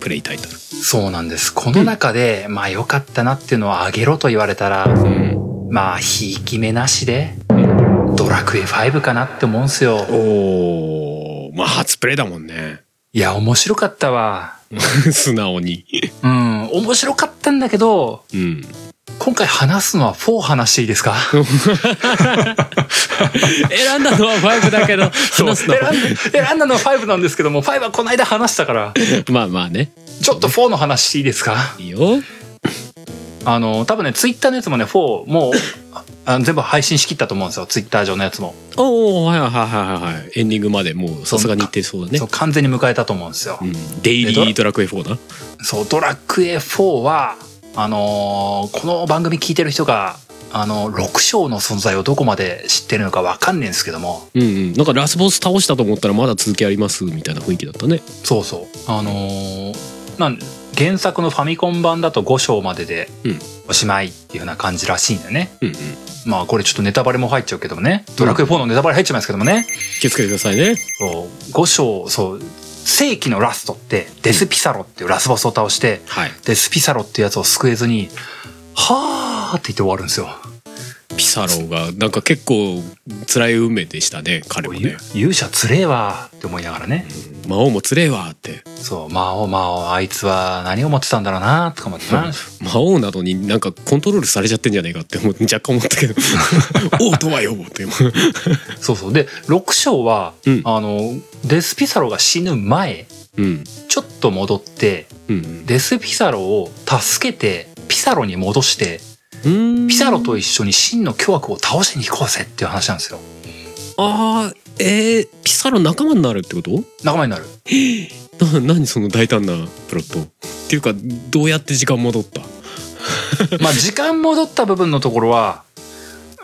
B: プレイタイトル
A: そうなんです。この中で、まあ良かったなっていうのはあげろと言われたら、
B: うん
A: まあ、ひいき目なしで、ドラクエ5かなって思うんすよ。
B: おーまあ初プレイだもんね
A: いや、面白かったわ。
B: 素直に
A: うん、面白かったんだけど、
B: うん
A: 今回話すのは4話していいですか
B: 選んだのは5だけど、
A: そう
B: 話す
A: 選ん
B: の
A: だ選んだのは5なんですけども5はこの間話したから
B: まあまあね。
A: ちょっと4の話していいですか
B: いいよ。
A: あの多分ねツイッターのやつもね4もうああの全部配信しきったと思うんですよツイッター上のやつも、
B: おおはいはいはいはいはい。エンディングまでもうさすがにいってそうだね
A: そう。完全に迎えたと思うんですよ、
B: うんデイリードラクエ4だ。
A: そう、ドラクエ4は、あのーこの番組聞いてる人が、あの、6章の存在をどこまで知ってるのかわかんねえんですけども、
B: うんうん。なんかラスボス倒したと思ったらまだ続きありますみたいな雰囲気だったね。
A: そうそう。あのーなん、原作のファミコン版だと5章までで
B: うん
A: おしまいっていうような感じらしいんだよね。
B: うんうん。
A: まあこれちょっとネタバレも入っちゃうけどもね、ドラクエ4のネタバレ入っちゃいますけどもね、
B: 気をつけてくださいね。
A: そう5章、そう、世紀のラストってデスピサロっていうラスボスを倒して、
B: はい。
A: デスピサロっていうやつを救えずに、はーって言って終わるんですよ。
B: ピサロがなんか結構辛い運命でしたね彼も
A: ゆ
B: ね
A: 勇者つれえわって思いながらね、
B: 魔王もつれえわって
A: そう魔王魔王あいつは何を持ってたんだろうなとか思ってな、
B: 魔王などになんかコントロールされちゃってんじゃねえかって思って若干思った けど王とはよって
A: そうそうで6章は、
B: うん
A: あのデスピサロが死ぬ前
B: うん
A: ちょっと戻って
B: うん
A: デスピサロを助けてピサロに戻して
B: うん
A: ピサロと一緒に真の巨悪を倒しに行こうぜっていう話なんですよ
B: ああえー、ピサロ仲間になるってこと
A: 仲間になる
B: な 何その大胆なプロットっていうかどうやって時間戻った
A: まあ時間戻った部分のところは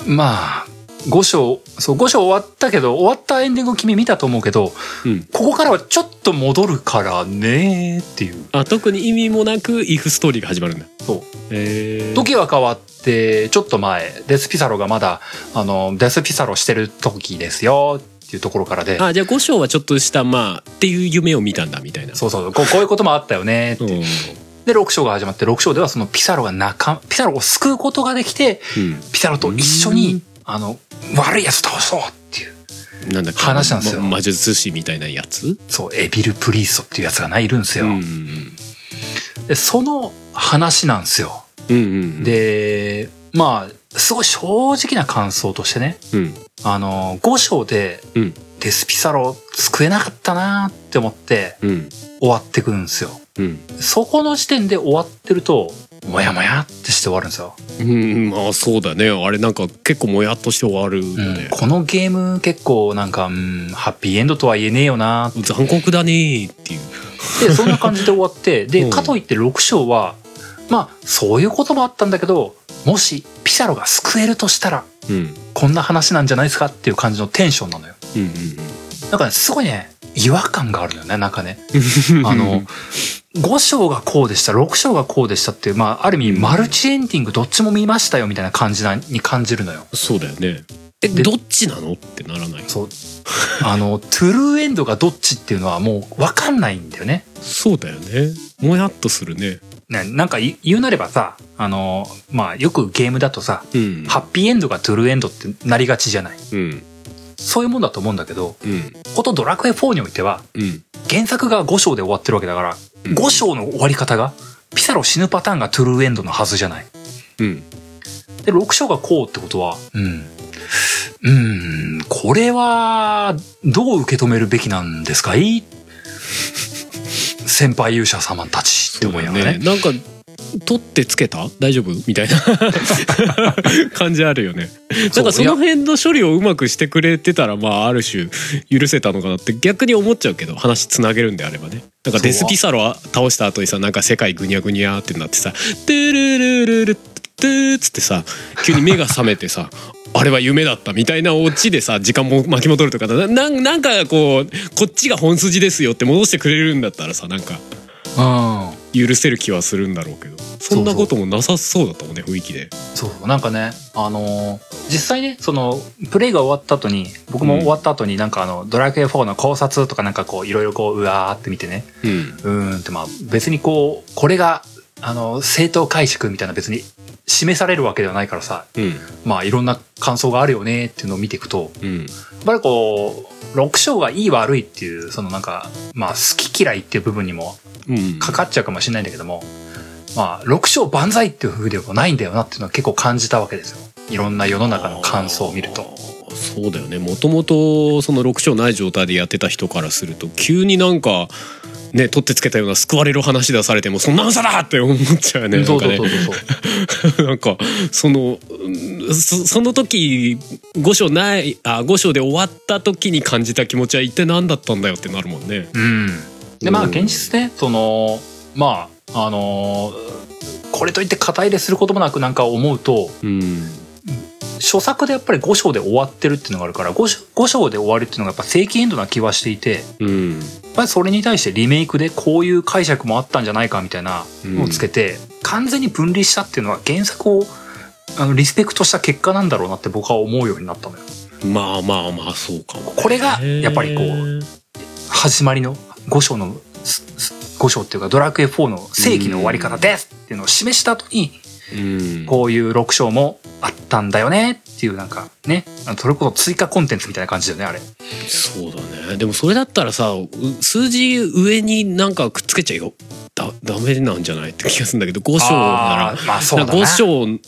A: まあ5章そう5章終わったけど終わったエンディング君見たと思うけど
B: うん
A: ここからはちょっと戻るからねっていう。
B: あ特に意味もなくイフストーリーが始まるんだ
A: そう
B: えー、
A: 時は変わって、ちょっと前、デスピサロがまだ、あの、デスピサロしてる時ですよっていうところからで、
B: あじゃあ五章はちょっとしたまあっていう夢を見たんだみたいな
A: そうそうこう、こういうこともあったよねって
B: う
A: いうんで、6章が始まって、6章ではそのピサロが仲、ピサロを救うことができて、
B: うん
A: ピサロと一緒
B: う
A: に
B: ん、
A: あの、悪い奴倒そうっていう、
B: なんだっけ
A: 話なんですよ
B: ま魔術師みたいなやつ
A: そう、エビル・プリーソっていう奴がないるんですよ。
B: うん
A: で、その話なんですよ。
B: うんうん、
A: で、まあ、すごい正直な感想としてね、
B: うん
A: あの、5章で
B: うん
A: デスピサロ救えなかったなーって思って
B: うん
A: 終わってくるんですよ。
B: うん
A: そこの時点で終わってると、もやもやってして終わるんですよ。
B: うんまあそうだねあれなんか結構もやっとして終わるよ
A: うん
B: ね、
A: このゲーム結構なんか、うん、ハッピーエンドとは言えねえよなー
B: 残酷だねーっていう
A: って、そんな感じで終わって、
B: う
A: で、
B: ん
A: かといって6章は、まあ、そういうこともあったんだけど、もしピサロが救えるとしたら、
B: うん
A: こんな話なんじゃないですかっていう感じのテンションなのよ。
B: うん
A: なんかね、すごいね、違和感があるのよね、なんかね。
B: うんうん
A: あの、5章がこうでした、6章がこうでしたっていう、まあ、ある意味、マルチエンディングどっちも見ましたよみたいな感じな、に感じるのよ。
B: そうだよねえ
A: で
B: どっちなのってならない
A: そう。あの、トゥルーエンドがどっちっていうのはもうわかんないんだよね。
B: そうだよねもやっとするね
A: ね、なんかい言うなればさ、あの、まあ、よくゲームだとさ、
B: うん
A: ハッピーエンドがトゥルーエンドってなりがちじゃない。
B: うん
A: そういうもんだと思うんだけど、
B: うん
A: ことドラクエ4においては、
B: うん
A: 原作が5章で終わってるわけだから、
B: うん
A: 5章の終わり方が、ピサロ死ぬパターンがトゥルーエンドのはずじゃない。
B: うん
A: で、6章がこうってことは、うん。うん、これは、どう受け止めるべきなんですかい 先輩勇者様たちって
B: そう
A: 思い
B: だ
A: な
B: よ
A: がらね
B: ね。なんか取ってつけた大丈夫み たいな感じあるよね
A: そ
B: な
A: うん
B: かその辺の処理をうまくしてくれてたらまあある種許せたのかなって逆に思っちゃうけど話つなげるんであればねなんかデスピサロ倒した後にさなんか世界ぐにゃぐにゃってなってさ「トゥルルルルトゥー」っつってさ急に目が覚めてさ あれは夢だったみたいなオチでさ時間も巻き戻るとかななんなんかこうこっちが本筋ですよって戻してくれるんだったらさなんか
A: う
B: 許せる気はするんだろうけどそんなこともなさそうだったもんね雰囲気で
A: ん。そう、なんかね、あのー実際ね、その、プレイが終わった後に、僕も終わった後になんかあの、ドラクエ4の考察とかなんかこう、いろいろこう、うわーって見てね、
B: うん
A: うーんってまあ、別にこう、これが、あの、正当解釈みたいな別に示されるわけではないからさ、
B: うん
A: まあいろんな感想があるよねっていうのを見ていくと、
B: うん
A: やっぱりこう、6章がいい悪いっていう、そのなんか、まあ好き嫌いっていう部分にも
B: うん
A: かかっちゃうかもしれないんだけども、まあ、6勝万歳っていう風ではないんだよなっていうのは結構感じたわけですよ。いろんな世の中の感想を見ると。
B: あーそうだよねもともとその6章ない状態でやってた人からすると急になんかね取ってつけたような救われる話出されてもそんな嘘だって思っちゃうねな
A: そ
B: ん
A: う
B: か
A: そう
B: ね
A: そうそう。
B: なんかそのうんそその時5章ないあ5章で終わった時に感じた気持ちは一体何だったんだよってなるもんね。
A: うん。で、まあ、
B: うん
A: 現実ね、その、まあ、あのーこれといって肩入れすることもなくなんか思うと、
B: うん
A: 初作でやっぱり5章で終わってるっていうのがあるから、5章 ,5 章で終わるっていうのがやっぱ正規エンドな気はしていて、
B: うん
A: やっぱりそれに対してリメイクでこういう解釈もあったんじゃないかみたいなのをつけて、完全に分離したっていうのは原作をあのリスペクトした結果なんだろうなって僕は思うようになったのよ。
B: まあまあまあそうかも。
A: これが やっぱりこ
B: へ
A: う
B: ー
A: 始まりの5章のすす5章っていうかドラクエ4の世紀の終わり方ですっていうのを示した後に
B: うん
A: こういう6章もあったんだよねっていうなんかねあのそれこそ追加コンテンツみたいな感じだよねあれ
B: そうだねでもそれだったらさう数字上になんかくっつけちゃいよだダメなんじゃないって気がするんだけど5章な
A: あーまあそう
B: ら
A: だ
B: な
A: な
B: 5章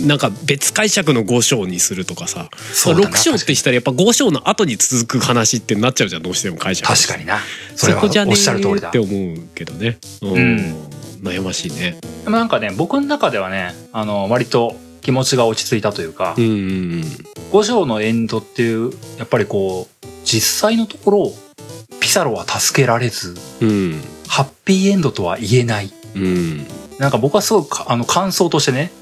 B: なんか別解釈の5章にするとかさ、
A: そうだな
B: 6章ってしたらやっぱ5章の後に続く話ってなっちゃうじゃんどうしても解釈
A: 確かになそれはお
B: こじゃね
A: っしゃる通り
B: え
A: だ
B: って
A: で
B: 思うけどね、うん
A: うん
B: 悩ましいね
A: もなんかね僕の中ではねあの割と気持ちが落ち着いたというか、
B: うんうん
A: 五条のエンドっていうやっぱりこう実際のところピサロは助けられず
B: うん
A: ハッピーエンドとは言えない
B: うんうん
A: なんか僕はすごくかあの感想としてね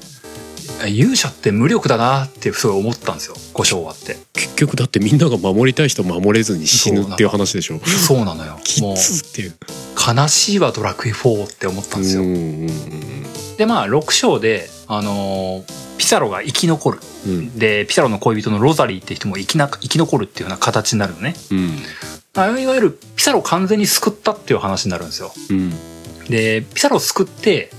A: 勇者って無力だなってすごい思ったんですよ五条はって
B: 結局だってみんなが守りたい人守れずに死ぬっていう話でしょ
A: そうなのよ
B: き
A: もう
B: つっていう
A: 悲しいわドラクエ4って思ったんですよ、
B: うんうん
A: でまあ6章であのーピサロが生き残る
B: うんうん
A: でピサロの恋人のロザリーって人も生きな生き残るっていうような形になるのね
B: うん
A: あいわゆるピサロを完全に救ったっていう話になるんですよ
B: うん
A: でピサロを救って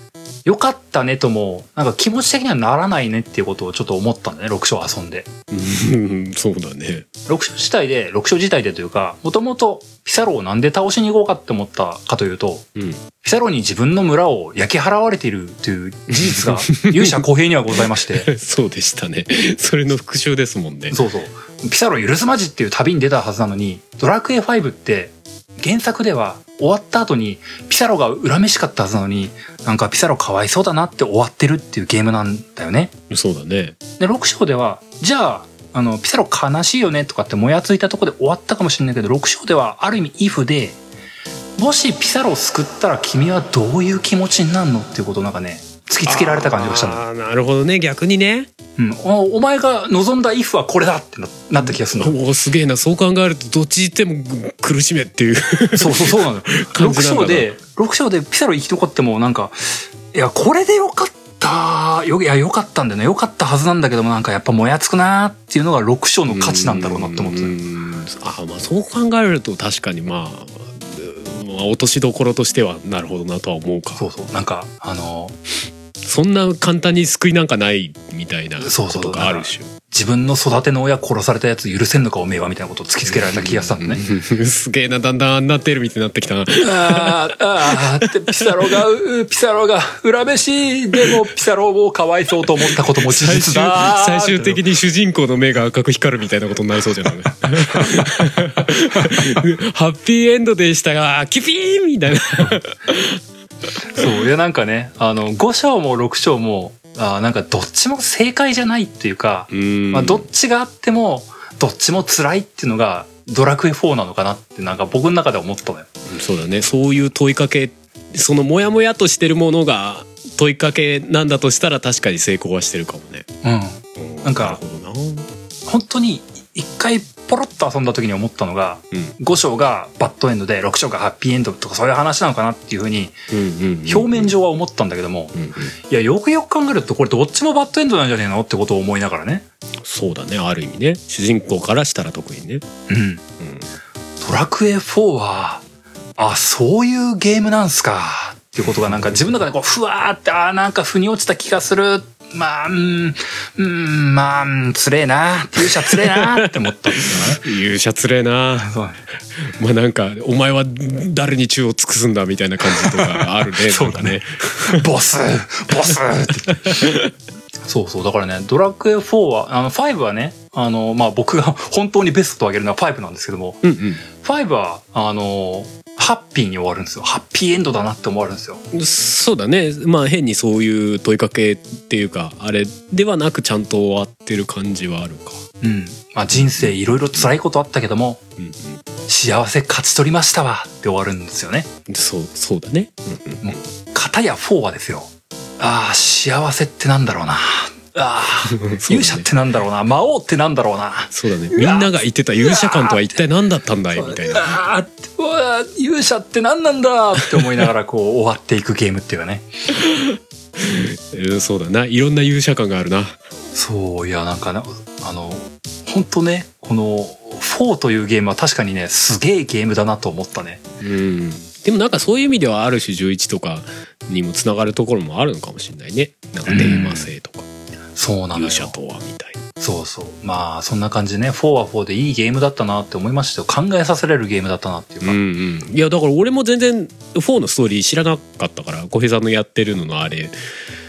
A: よかったねともなんか気持ち的にはならないねっていうことをちょっと思ったんだね6章遊んで
B: うん そうだね
A: 6章自体で6章自体でというかもともとピサロをなんで倒しに行こうかって思ったかというと
B: うん
A: ピサロに自分の村を焼き払われているという事実が勇者公平にはございまして
B: そうでしたね それの復習ですもんね
A: そうそうピサロ許すまじっていう旅に出たはずなのにドラクエ5って原作では終わった後にピサロが恨めしかったはずなのになんかピサロかわいそうだなって終わってるっていうゲームなんだよね
B: そうだね
A: で6章ではじゃああのピサロ悲しいよねとかってもやついたとこで終わったかもしれないけど6章ではある意味「if」でもしピサロを救ったら君はどういう気持ちになるのっていうことをなんかね突きつけられた感じがしたの、
B: あーなるほどね逆にね
A: うん、おお前が望んだ「if」はこれだってななった気がするの
B: おおすげえなそう考えるとどっち行ってもぐ苦しめっていう
A: そうそうそうなのよ
B: 感
A: 6
B: じなんだ
A: 章
B: な
A: で6章でピサロ生き残ってもなんかいやこれでよかったよいやよかったんだよねよかったはずなんだけどもなんかやっぱもやつくなーっていうのが6章の価値なんだろうなって思ってた
B: う
A: よ
B: んあーまあそう考えると確かにまあうんまあ落としどころとしてはなるほどなとは思うか
A: そうそうなんかあの
B: そんな簡単に救いなんかないみたいな
A: そう
B: こ
A: そう
B: とがあるし
A: 自分の育ての親殺されたやつ許せんのかおめえはみたいなことを突きつけられた気がしたんだね。
B: すげえなだんだんあんなテレビってなってきたな
A: ああ、ああ、ってピサロが、うピサロが、恨めしい、でもピサロをかわいそうと思ったことも事
B: 最
A: 実
B: 終
A: だ。
B: 最終的に主人公の目が赤く光るみたいなことになりそうじゃ ないハッピーエンドでしたがキュピーみたいな
A: そう、いやなんかね、あの、5章も6章も、あーなんかどっちも正解じゃないっていうか、まあ、どっちがあっても、どっちも辛いっていうのが、ドラクエ4なのかなってなんか僕の中では思ったのよ。
B: そうだねそういう問いかけそのモヤモヤとしてるものが問いかけなんだとしたら確かに成功はしてるかもね
A: うん。
B: う
A: なんか
B: なるほどな
A: 本当に一回ポロッと遊んだ時に思ったのが、
B: う
A: 5章がバッドエンドで6章がハッピーエンドとかそういう話なのかなっていうふうに
B: うんうんうん
A: 表面上は思ったんだけども、
B: うんうん
A: いやよくよく考えるとこれどっちもバッドエンドなんじゃねえのってことを思いながらね、
B: そうだねある意味ね主人公からしたら特にね
A: うん、ドラクエ4はあそういうゲームなんすかっていうことがなんか自分の中でこうふわーってあーなんか腑に落ちた気がするまあ、うん、うん、まあ、うんつれえな、T シャツつれえなって思ったんですよね。
B: 勇者つれえな
A: そう
B: まあなんか「お前は誰に宙を尽くすんだ」みたいな感じとかあるね
A: そうだねボスボスそうそうだからね「ドラクエ4は」あの5はねあの、まあ、僕が 本当にベストとあげるのは5なんですけども
B: なんかね
A: 5はあのハッピーに終わるんですよハッピーエンドだなって思われるんですよ
B: うんうんそうだねまあ変にそういう問いかけっていうかあれではなくちゃんと終わってる感じはあるか
A: うん、まあ、人生いろいろ辛いことあったけども
B: うんうん
A: 幸せ勝ち取りましたわって終わるんですよね
B: そうそうだね、うんうん
A: 片や4はですよああ幸せってなんだろうなああ 勇者ってなんだろうな魔王ってなんだろうな
B: そうだねみんなが言ってた勇者感とは一体何だったんだいみたいな
A: あーうわー勇者って何なんだって思いながらこう終わっていくゲームっていうかね
B: うんそうだないろんな勇者感があるな
A: そういやなんかねあの本当ねこの4というゲームは確かにねすげえゲームだなと思ったね
B: うんでもなんかそういう意味ではある種11とかにもつながるところもあるのかもしれないねなんかテーマ性とか
A: そうなの
B: 勇
A: よ
B: 者とはみたいな
A: そうそうまあそんな感じでね4は4でいいゲームだったなって思いましたよ考えさせれるゲームだったなっていうか、
B: うんうん、いやだから俺も全然4のストーリー知らなかったから小平さんのやってるののあれ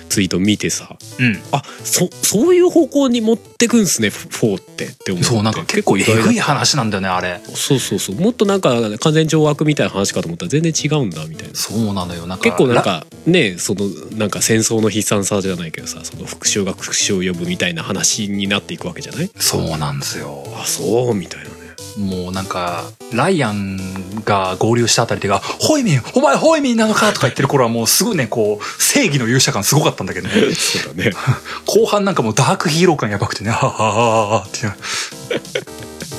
B: ツイート見てさ
A: うん
B: あそそういう方向に持ってくんすね4ってって思って
A: そうなんか結構え
B: 意外だ
A: ぐい話なんだよねあれ
B: そうそうそうもっとなんか完全懲悪みたいな話かと思ったら全然違うんだみたいな
A: そうなのよなんか
B: 結構なん
A: ラ
B: かねそのなんか戦争の悲惨さじゃないけどさその復讐が復讐を呼ぶみたいな話になっていくわけじゃない
A: そうなんですよ
B: あそうみたいなね
A: もうなんか、ライアンが合流したあたりでが、ホイミンお前ホイミンなのかとか言ってる頃はもうすぐね、こう、正義の勇者感すごかったんだけどね。
B: そうだね
A: 後半なんかもうダークヒーロー感やばくてね、ははははっていう。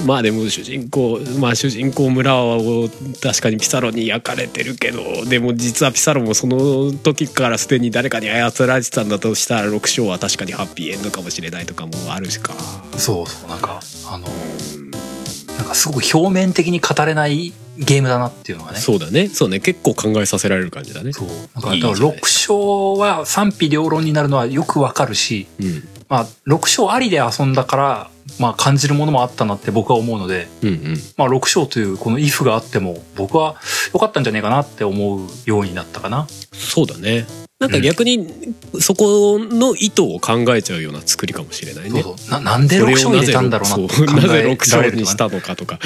B: まあでも主人公まあ主人公村を確かにピサロに焼かれてるけどでも実はピサロもその時からすでに誰かに操られてたんだとしたら6章は確かにハッピーエンドかもしれないとかもあるしか
A: そうそう、なんか、あの、なんかすごく表面的に語れないゲームだなっていうのがね。
B: そうだねそうね結構考えさせられる感じだね
A: そう。なんか、
B: いい
A: だ
B: じゃ
A: か
B: な
A: ら
B: い
A: 6章は賛否両論になるのはよくわかるし、
B: うん
A: まあ、6章ありで遊んだから、まあ感じるものもあったなって僕は思うので、
B: うんうん
A: まあ、6章というこの「if」があっても僕は良かったんじゃねえかなって思うようになったかな
B: そうだねなんか逆にそこの意図を考えちゃうような作りかもしれな
A: そ
B: い
A: う
B: ね
A: そうななんで6章入れたんだろうなって
B: それをなぜ
A: 考
B: そうな
A: え
B: ぜ6
A: ら
B: 章
A: れる
B: に
A: と
B: し
A: か
B: たのかと か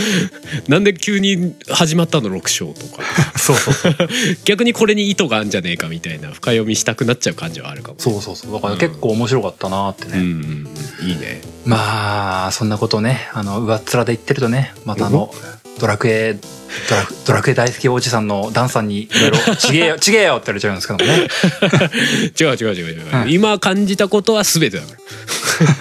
B: なんで急に始まったの6章とか
A: そうそうそう
B: 逆にこれに意図があるんじゃねえかみたいな深読みしたくなっちゃう感じはあるかも
A: そうそうそうだから結構面白かったなって
B: う
A: ね、
B: んうんうんいいね
A: まあそんなことをねあの上っ面で言ってるとねまたあのドラクエドラドラクエ大好きおじさんのダンさんにいろいろ「ちげえよちげえよ」って言われちゃうんですけどもね
B: 違う違う違う違う、
A: うん
B: 今感じたことは全て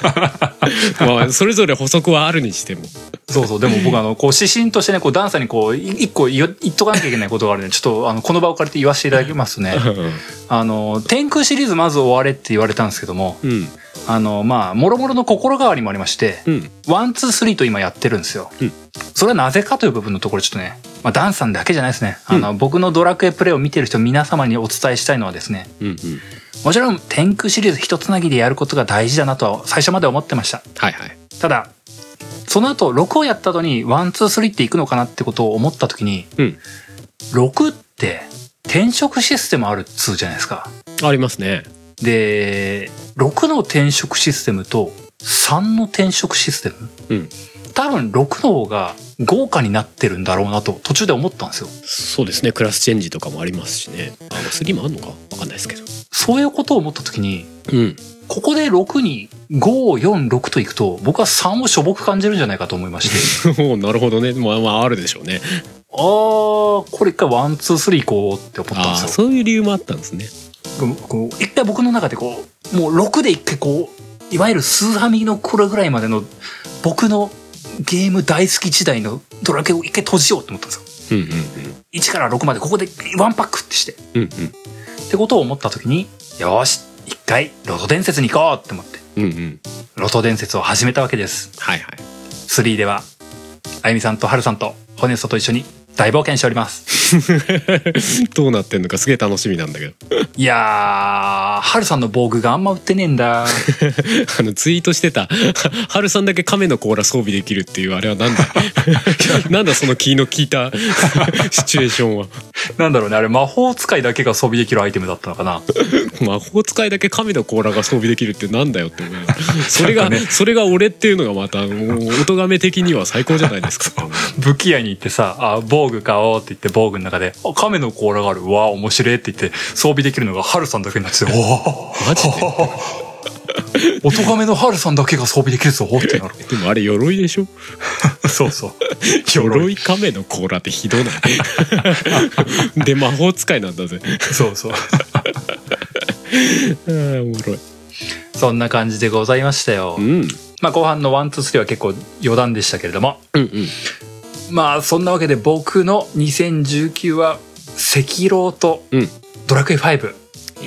B: だから まあそれぞれ補足はあるにしても
A: そうそうでも僕あのこう指針としてねこうダンさんにこうい一個言い言っとかなきゃいけないことがあるんでちょっとあのこの場を借りて言わせていただきますとねあの、天空シリーズまず終われって言われたんですけども、
B: うん
A: あの、まあ、もろもろの心変わりもありまして、
B: うん
A: ワン、ツー、スリーと今やってるんですよ。
B: うん
A: それはなぜかという部分のところちょっとね、まあ、ダンさんだけじゃないですね。あの、僕のドラクエプレイを見てる人皆様にお伝えしたいのはですね、
B: うんうん
A: もちろん天空シリーズ一つなぎでやることが大事だなとは最初まで思ってました。
B: はいはい
A: ただ、その後、6をやった後に、ワン、ツー、スリーっていくのかなってことを思った時に、
B: うん
A: 6って転職システムあるっつうじゃないですか。
B: ありますね
A: で、6の転職システムと3の転職システム。
B: うん
A: 多分6の方が豪華になってるんだろうなと途中で思ったんですよ。
B: そうですねクラスチェンジとかもありますしねあの3もあんのかわかんないですけど
A: そういうことを思った時に、
B: うん
A: ここで6に5、4、6といくと、僕は3をしょぼく感じるんじゃないかと思いまして。
B: おーなるほどねまあまああるでしょうね
A: あー、これ一回ワン、ツー、スリー行こうって思ったんで
B: ああ
A: すよ。
B: そういう理由もあったんですね
A: こう一回僕の中でこう、もう6で一回こう、いわゆるスーハミの頃ぐらいまでの僕のゲーム大好き時代のドラケを一回閉じようと思ったんですよ。
B: うんうん
A: 1から6までここでワンパックってしてっ
B: うん
A: てことを思った時によーし一回ロト伝説に行こうって思って
B: うんうんうん
A: ロト伝説を始めたわけです
B: はいはい
A: 3ではあゆみさんとはるさんとホネストと一緒に大冒険しております
B: どうなってんのかすげえ楽しみなんだけど
A: いやー、ハルさんの防具があんま売ってねえんだ。
B: あのツイートしてた 「ハルさんだけ亀の甲羅装備できる」っていうあれはなんだ なんだその気の利いた シチュエーションは
A: なんだろうね、あれ魔法使いだけが装備できるアイテムだったのかな。
B: 魔法使いだけ亀の甲羅が装備できるってなんだよって思うよそれ
A: な
B: が、
A: んかね
B: それが俺っていうのがまたもうお咎め的には最高じゃないですか
A: 武器屋に行ってさ、あ、防具買おうって言って防具の中で、あ、亀の甲羅がある。わあ、面白いって言って装備できるのがハルさんだけになってて、お
B: マジで
A: お、おとがめのハルさんだけが装備できるぞってなる。
B: でもあれ鎧でしょ
A: そうそう。
B: 鎧亀の甲羅ってひどないで魔法使い なんだぜ
A: そうそう。
B: あーおもろい
A: そんな感じでございましたよ
B: う。ん
A: まあ後半の1、2、3は結構余談でしたけれども。
B: うんうん
A: まあそんなわけで僕の2019は赤狼と
B: うん
A: ドラクエ5。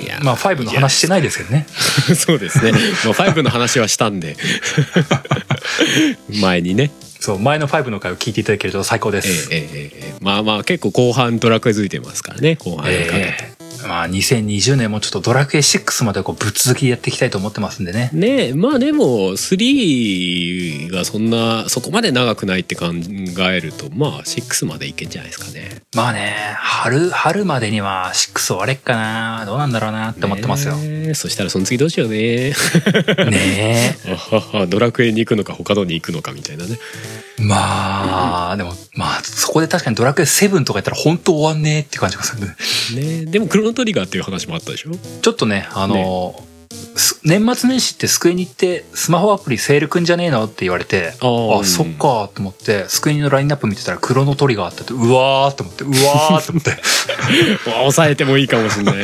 B: いや
A: まあ5の話してないですけどね。
B: そうですね。まあ、5の話はしたん で。前にね、
A: そう、前の5の回を聞いていただけると最高で
B: ええ
A: す。
B: ええええまあまあ結構後半ドラクエ付いてますからね後半にかけて、
A: ええまあ2020年もちょっとドラクエ6までこうぶっ続きでやっていきたいと思ってますんでね。
B: ねえまあでも3がそんなそこまで長くないって考えるとまあ6までいけんじゃないですかね
A: まあね、春、春までには6終われっかな。どうなんだろうなって思ってますよ。ね
B: ねえそしたらその次どうしよ うね
A: え。
B: あははドラクエに行くのか他のに行くのかみたいなね
A: まあ、でも、まあそこで確かにドラクエ7とかやったら本当終わんねえって感じがするね。
B: ねえでもクロノトリガーっていう話もあったでしょ
A: ちょっとね、あの、す年末年始ってスクエニってスマホアプリセールくんじゃねえのって言われて、
B: あー
A: あ、そっかと思って、スクエニのラインナップ見てたらクロノトリガーあってて、うわーと思って、うわーと思 って、
B: 抑えてもいいかもしれない
A: う
B: ね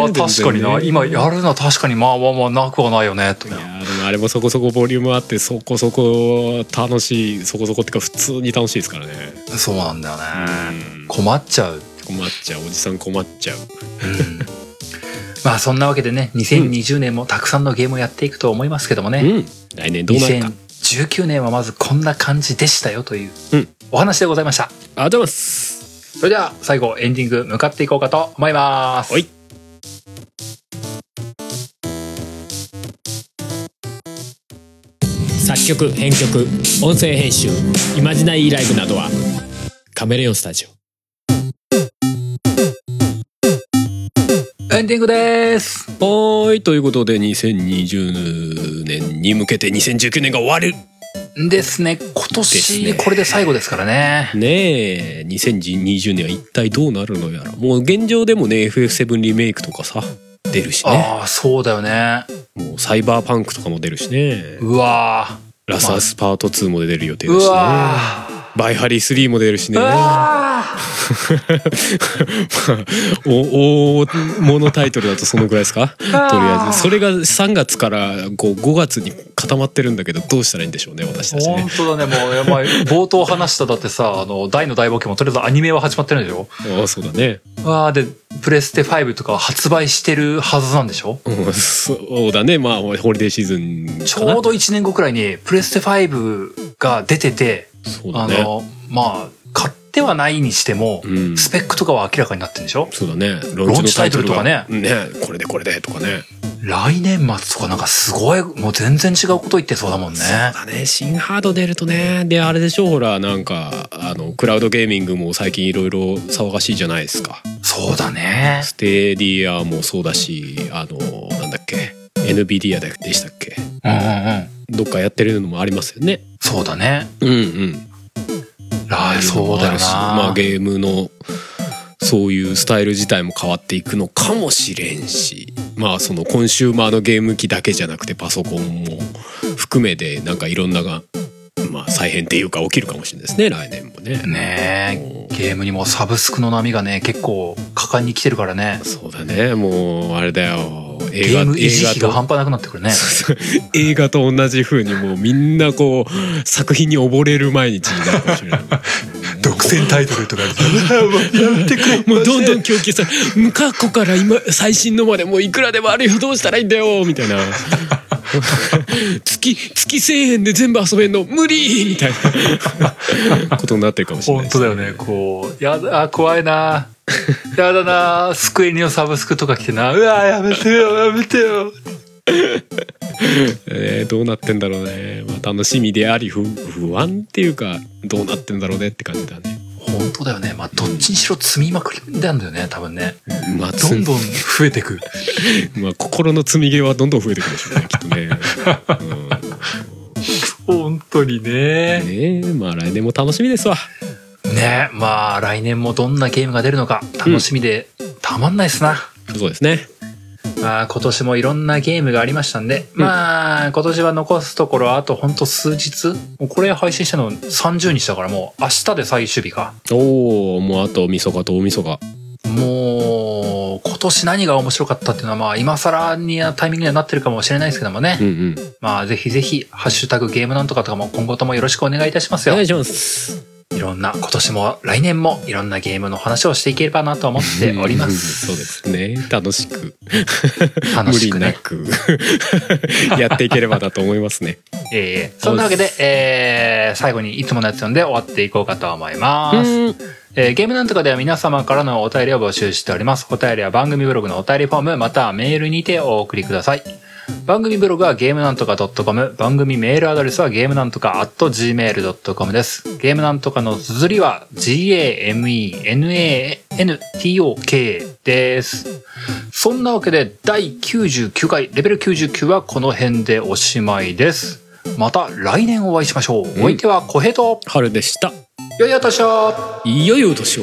A: わー確かにな、
B: 全然ね
A: 今やるのは確かにまあまあまあなくはないよね、と。
B: いやーでもあれもそこそこボリュームあってそこそこ楽しいそこそこってか普通に楽しいですからね
A: そうなんだよね。
B: うん
A: 困っちゃ う。
B: 困っちゃうおじさん困っちゃう
A: うん。まあそんなわけでね、2020年もたくさんのゲームをやっていくと思いますけどもね、
B: うん来年どうなるか
A: 2019年はまずこんな感じでしたよという
B: うん
A: お話でございました。
B: ありがとうございます
A: それでは最後エンディング向かっていこうかと思います。
B: はい作曲編曲音声編集イマジナイーライブなどはカメレオンスタジオ
A: エンディングです。
B: はーいということで2020年に向けて2019年が終わる
A: ですね。今
B: です
A: 年
B: ね
A: これで最後ですからね。
B: ねえ2020年は一体どうなるのやらもう現状でもね FF7 リメイクとかさ出るしね
A: ああ、そうだよね。
B: もうサイバーパンクとかも出るしね
A: うわ
B: ラサースパート2も出る予定
A: ーう
B: だしね
A: わ
B: バイハリー3も出るし
A: ー
B: ね
A: うわー
B: お大物タイトルだとそのぐらいで すかと
A: ー
B: りあえずそれが3月からこう5月に固まってるんだけどどうしたらいいんでしょうね私たちね
A: 本当だね。もう、やばい。冒頭話しただってさ、あの、大の大冒険もとりあえずアニメは始まってるんでしょ
B: ああそうだね
A: ああ、で、プレステ5とか発売してるはずなんでしょ
B: うんそうだねまあホリデーシーズン
A: ち
B: かな
A: ょうど1年後くらいにプレステ5が出てて、
B: そうだ
A: あ
B: ね
A: の、まあ、買ってはないにしても、
B: うん
A: スペックとかは明らかになってるんでしょ
B: そうだねロ
A: ンチタイトルとかね
B: ンチのタイトルがねこれでこれでとかね
A: 来年末とかなんかすごい、もう全然違うこと言ってそうだもんね。
B: だね新ハード出るとねであれでしょほらなんかあのクラウドゲーミングも最近いろいろ騒がしいじゃないですか
A: そうだね。
B: ステディアもそうだしあのなんだっけ NVIDIA でしたっけ
A: うんうんうん。
B: どっかやってるのもありますよね
A: そうだね。
B: うんうん
A: 来そうだよ
B: あるし
A: な。
B: まあゲームのそういうスタイル自体も変わっていくのかもしれんしまあそのコンシューマーのゲーム機だけじゃなくてパソコンも含めてなんかいろんなが、まあ、再編っていうか起きるかもしれないですね来年もね。
A: ねえ、ゲームにもサブスクの波がね、結構果敢に来てるからね。
B: そうだねもうあれだよ
A: ゲ
B: 映
A: ー
B: 画
A: ム維持
B: 映
A: 費が
B: 画と
A: 半端なくなってくるね。
B: 映画と同じ風にもうみんなこう作品に溺れる毎日になるかもしれない。
A: 独占タイトルとか。
B: もうどんどん供給さ れ過去から今最新のまでもういくらでもあるよどうしたらいいんだよみたいな月月1,000円で全部遊べんの無理みたいなことになってるかもしれな
A: 本
B: いです
A: 当だよねこうやだ怖い なやだなスクエニのサブスクとか来てなうわやめてよやめてよ
B: えーどうなってんだろうね、まあ、楽しみであり不不安っていうかどうなってんだろうねって感じだね
A: 本当だよねまあどっちにしろ積みまくりなんだよね多分ね
B: まあ、
A: ど
B: つ
A: んどん増えてく
B: まあ、心の積み毛はどんどん増えてくるでしょうねきっと ね、うん
A: 本当にね
B: ねえまあ来年も楽しみですわ
A: ねまあ来年もどんなゲームが出るのか楽しみでたまんないっすな、
B: そうですね
A: まあ今年もいろんなゲームがありましたんで、
B: ん
A: まあ今年は残すところあとほんと数日もうこれ配信したの30日だからもう明日で最終日か
B: おおもうあとみそかと大みそか
A: もう今年何が面白かったっていうのはまあ今更になタイミングにはなってるかもしれないですけどもね、
B: うんうん
A: まあぜひぜひ「ハッシュタグゲームなんとか」とかも今後ともよろしくお願いいたします
B: お
A: よ、
B: 願いします
A: いろんな今年も来年もいろんなゲームの話をしていければなと思っております
B: そうですね楽しく
A: 楽しくね
B: 無理なく やっていければだと思いますね
A: ええそんなわけで、えー最後にいつものやつなんで終わっていこうかと思います。
B: うん
A: えーゲームなんとかでは皆様からのお便りを募集しております。お便りは番組ブログのお便りフォーム、またはメールにてお送りください。番組ブログはゲームなんとか .com、番組メールアドレスはゲームなんとか .gmail.com です。ゲームなんとかの綴りは g-a-m-e-n-a-n-t-o-k です。そんなわけで第99回レベル99はこの辺でおしまいです。また来年お会いしましょう。お相手は小平と、
B: 春でした
A: よいお年を
B: いよいよ年を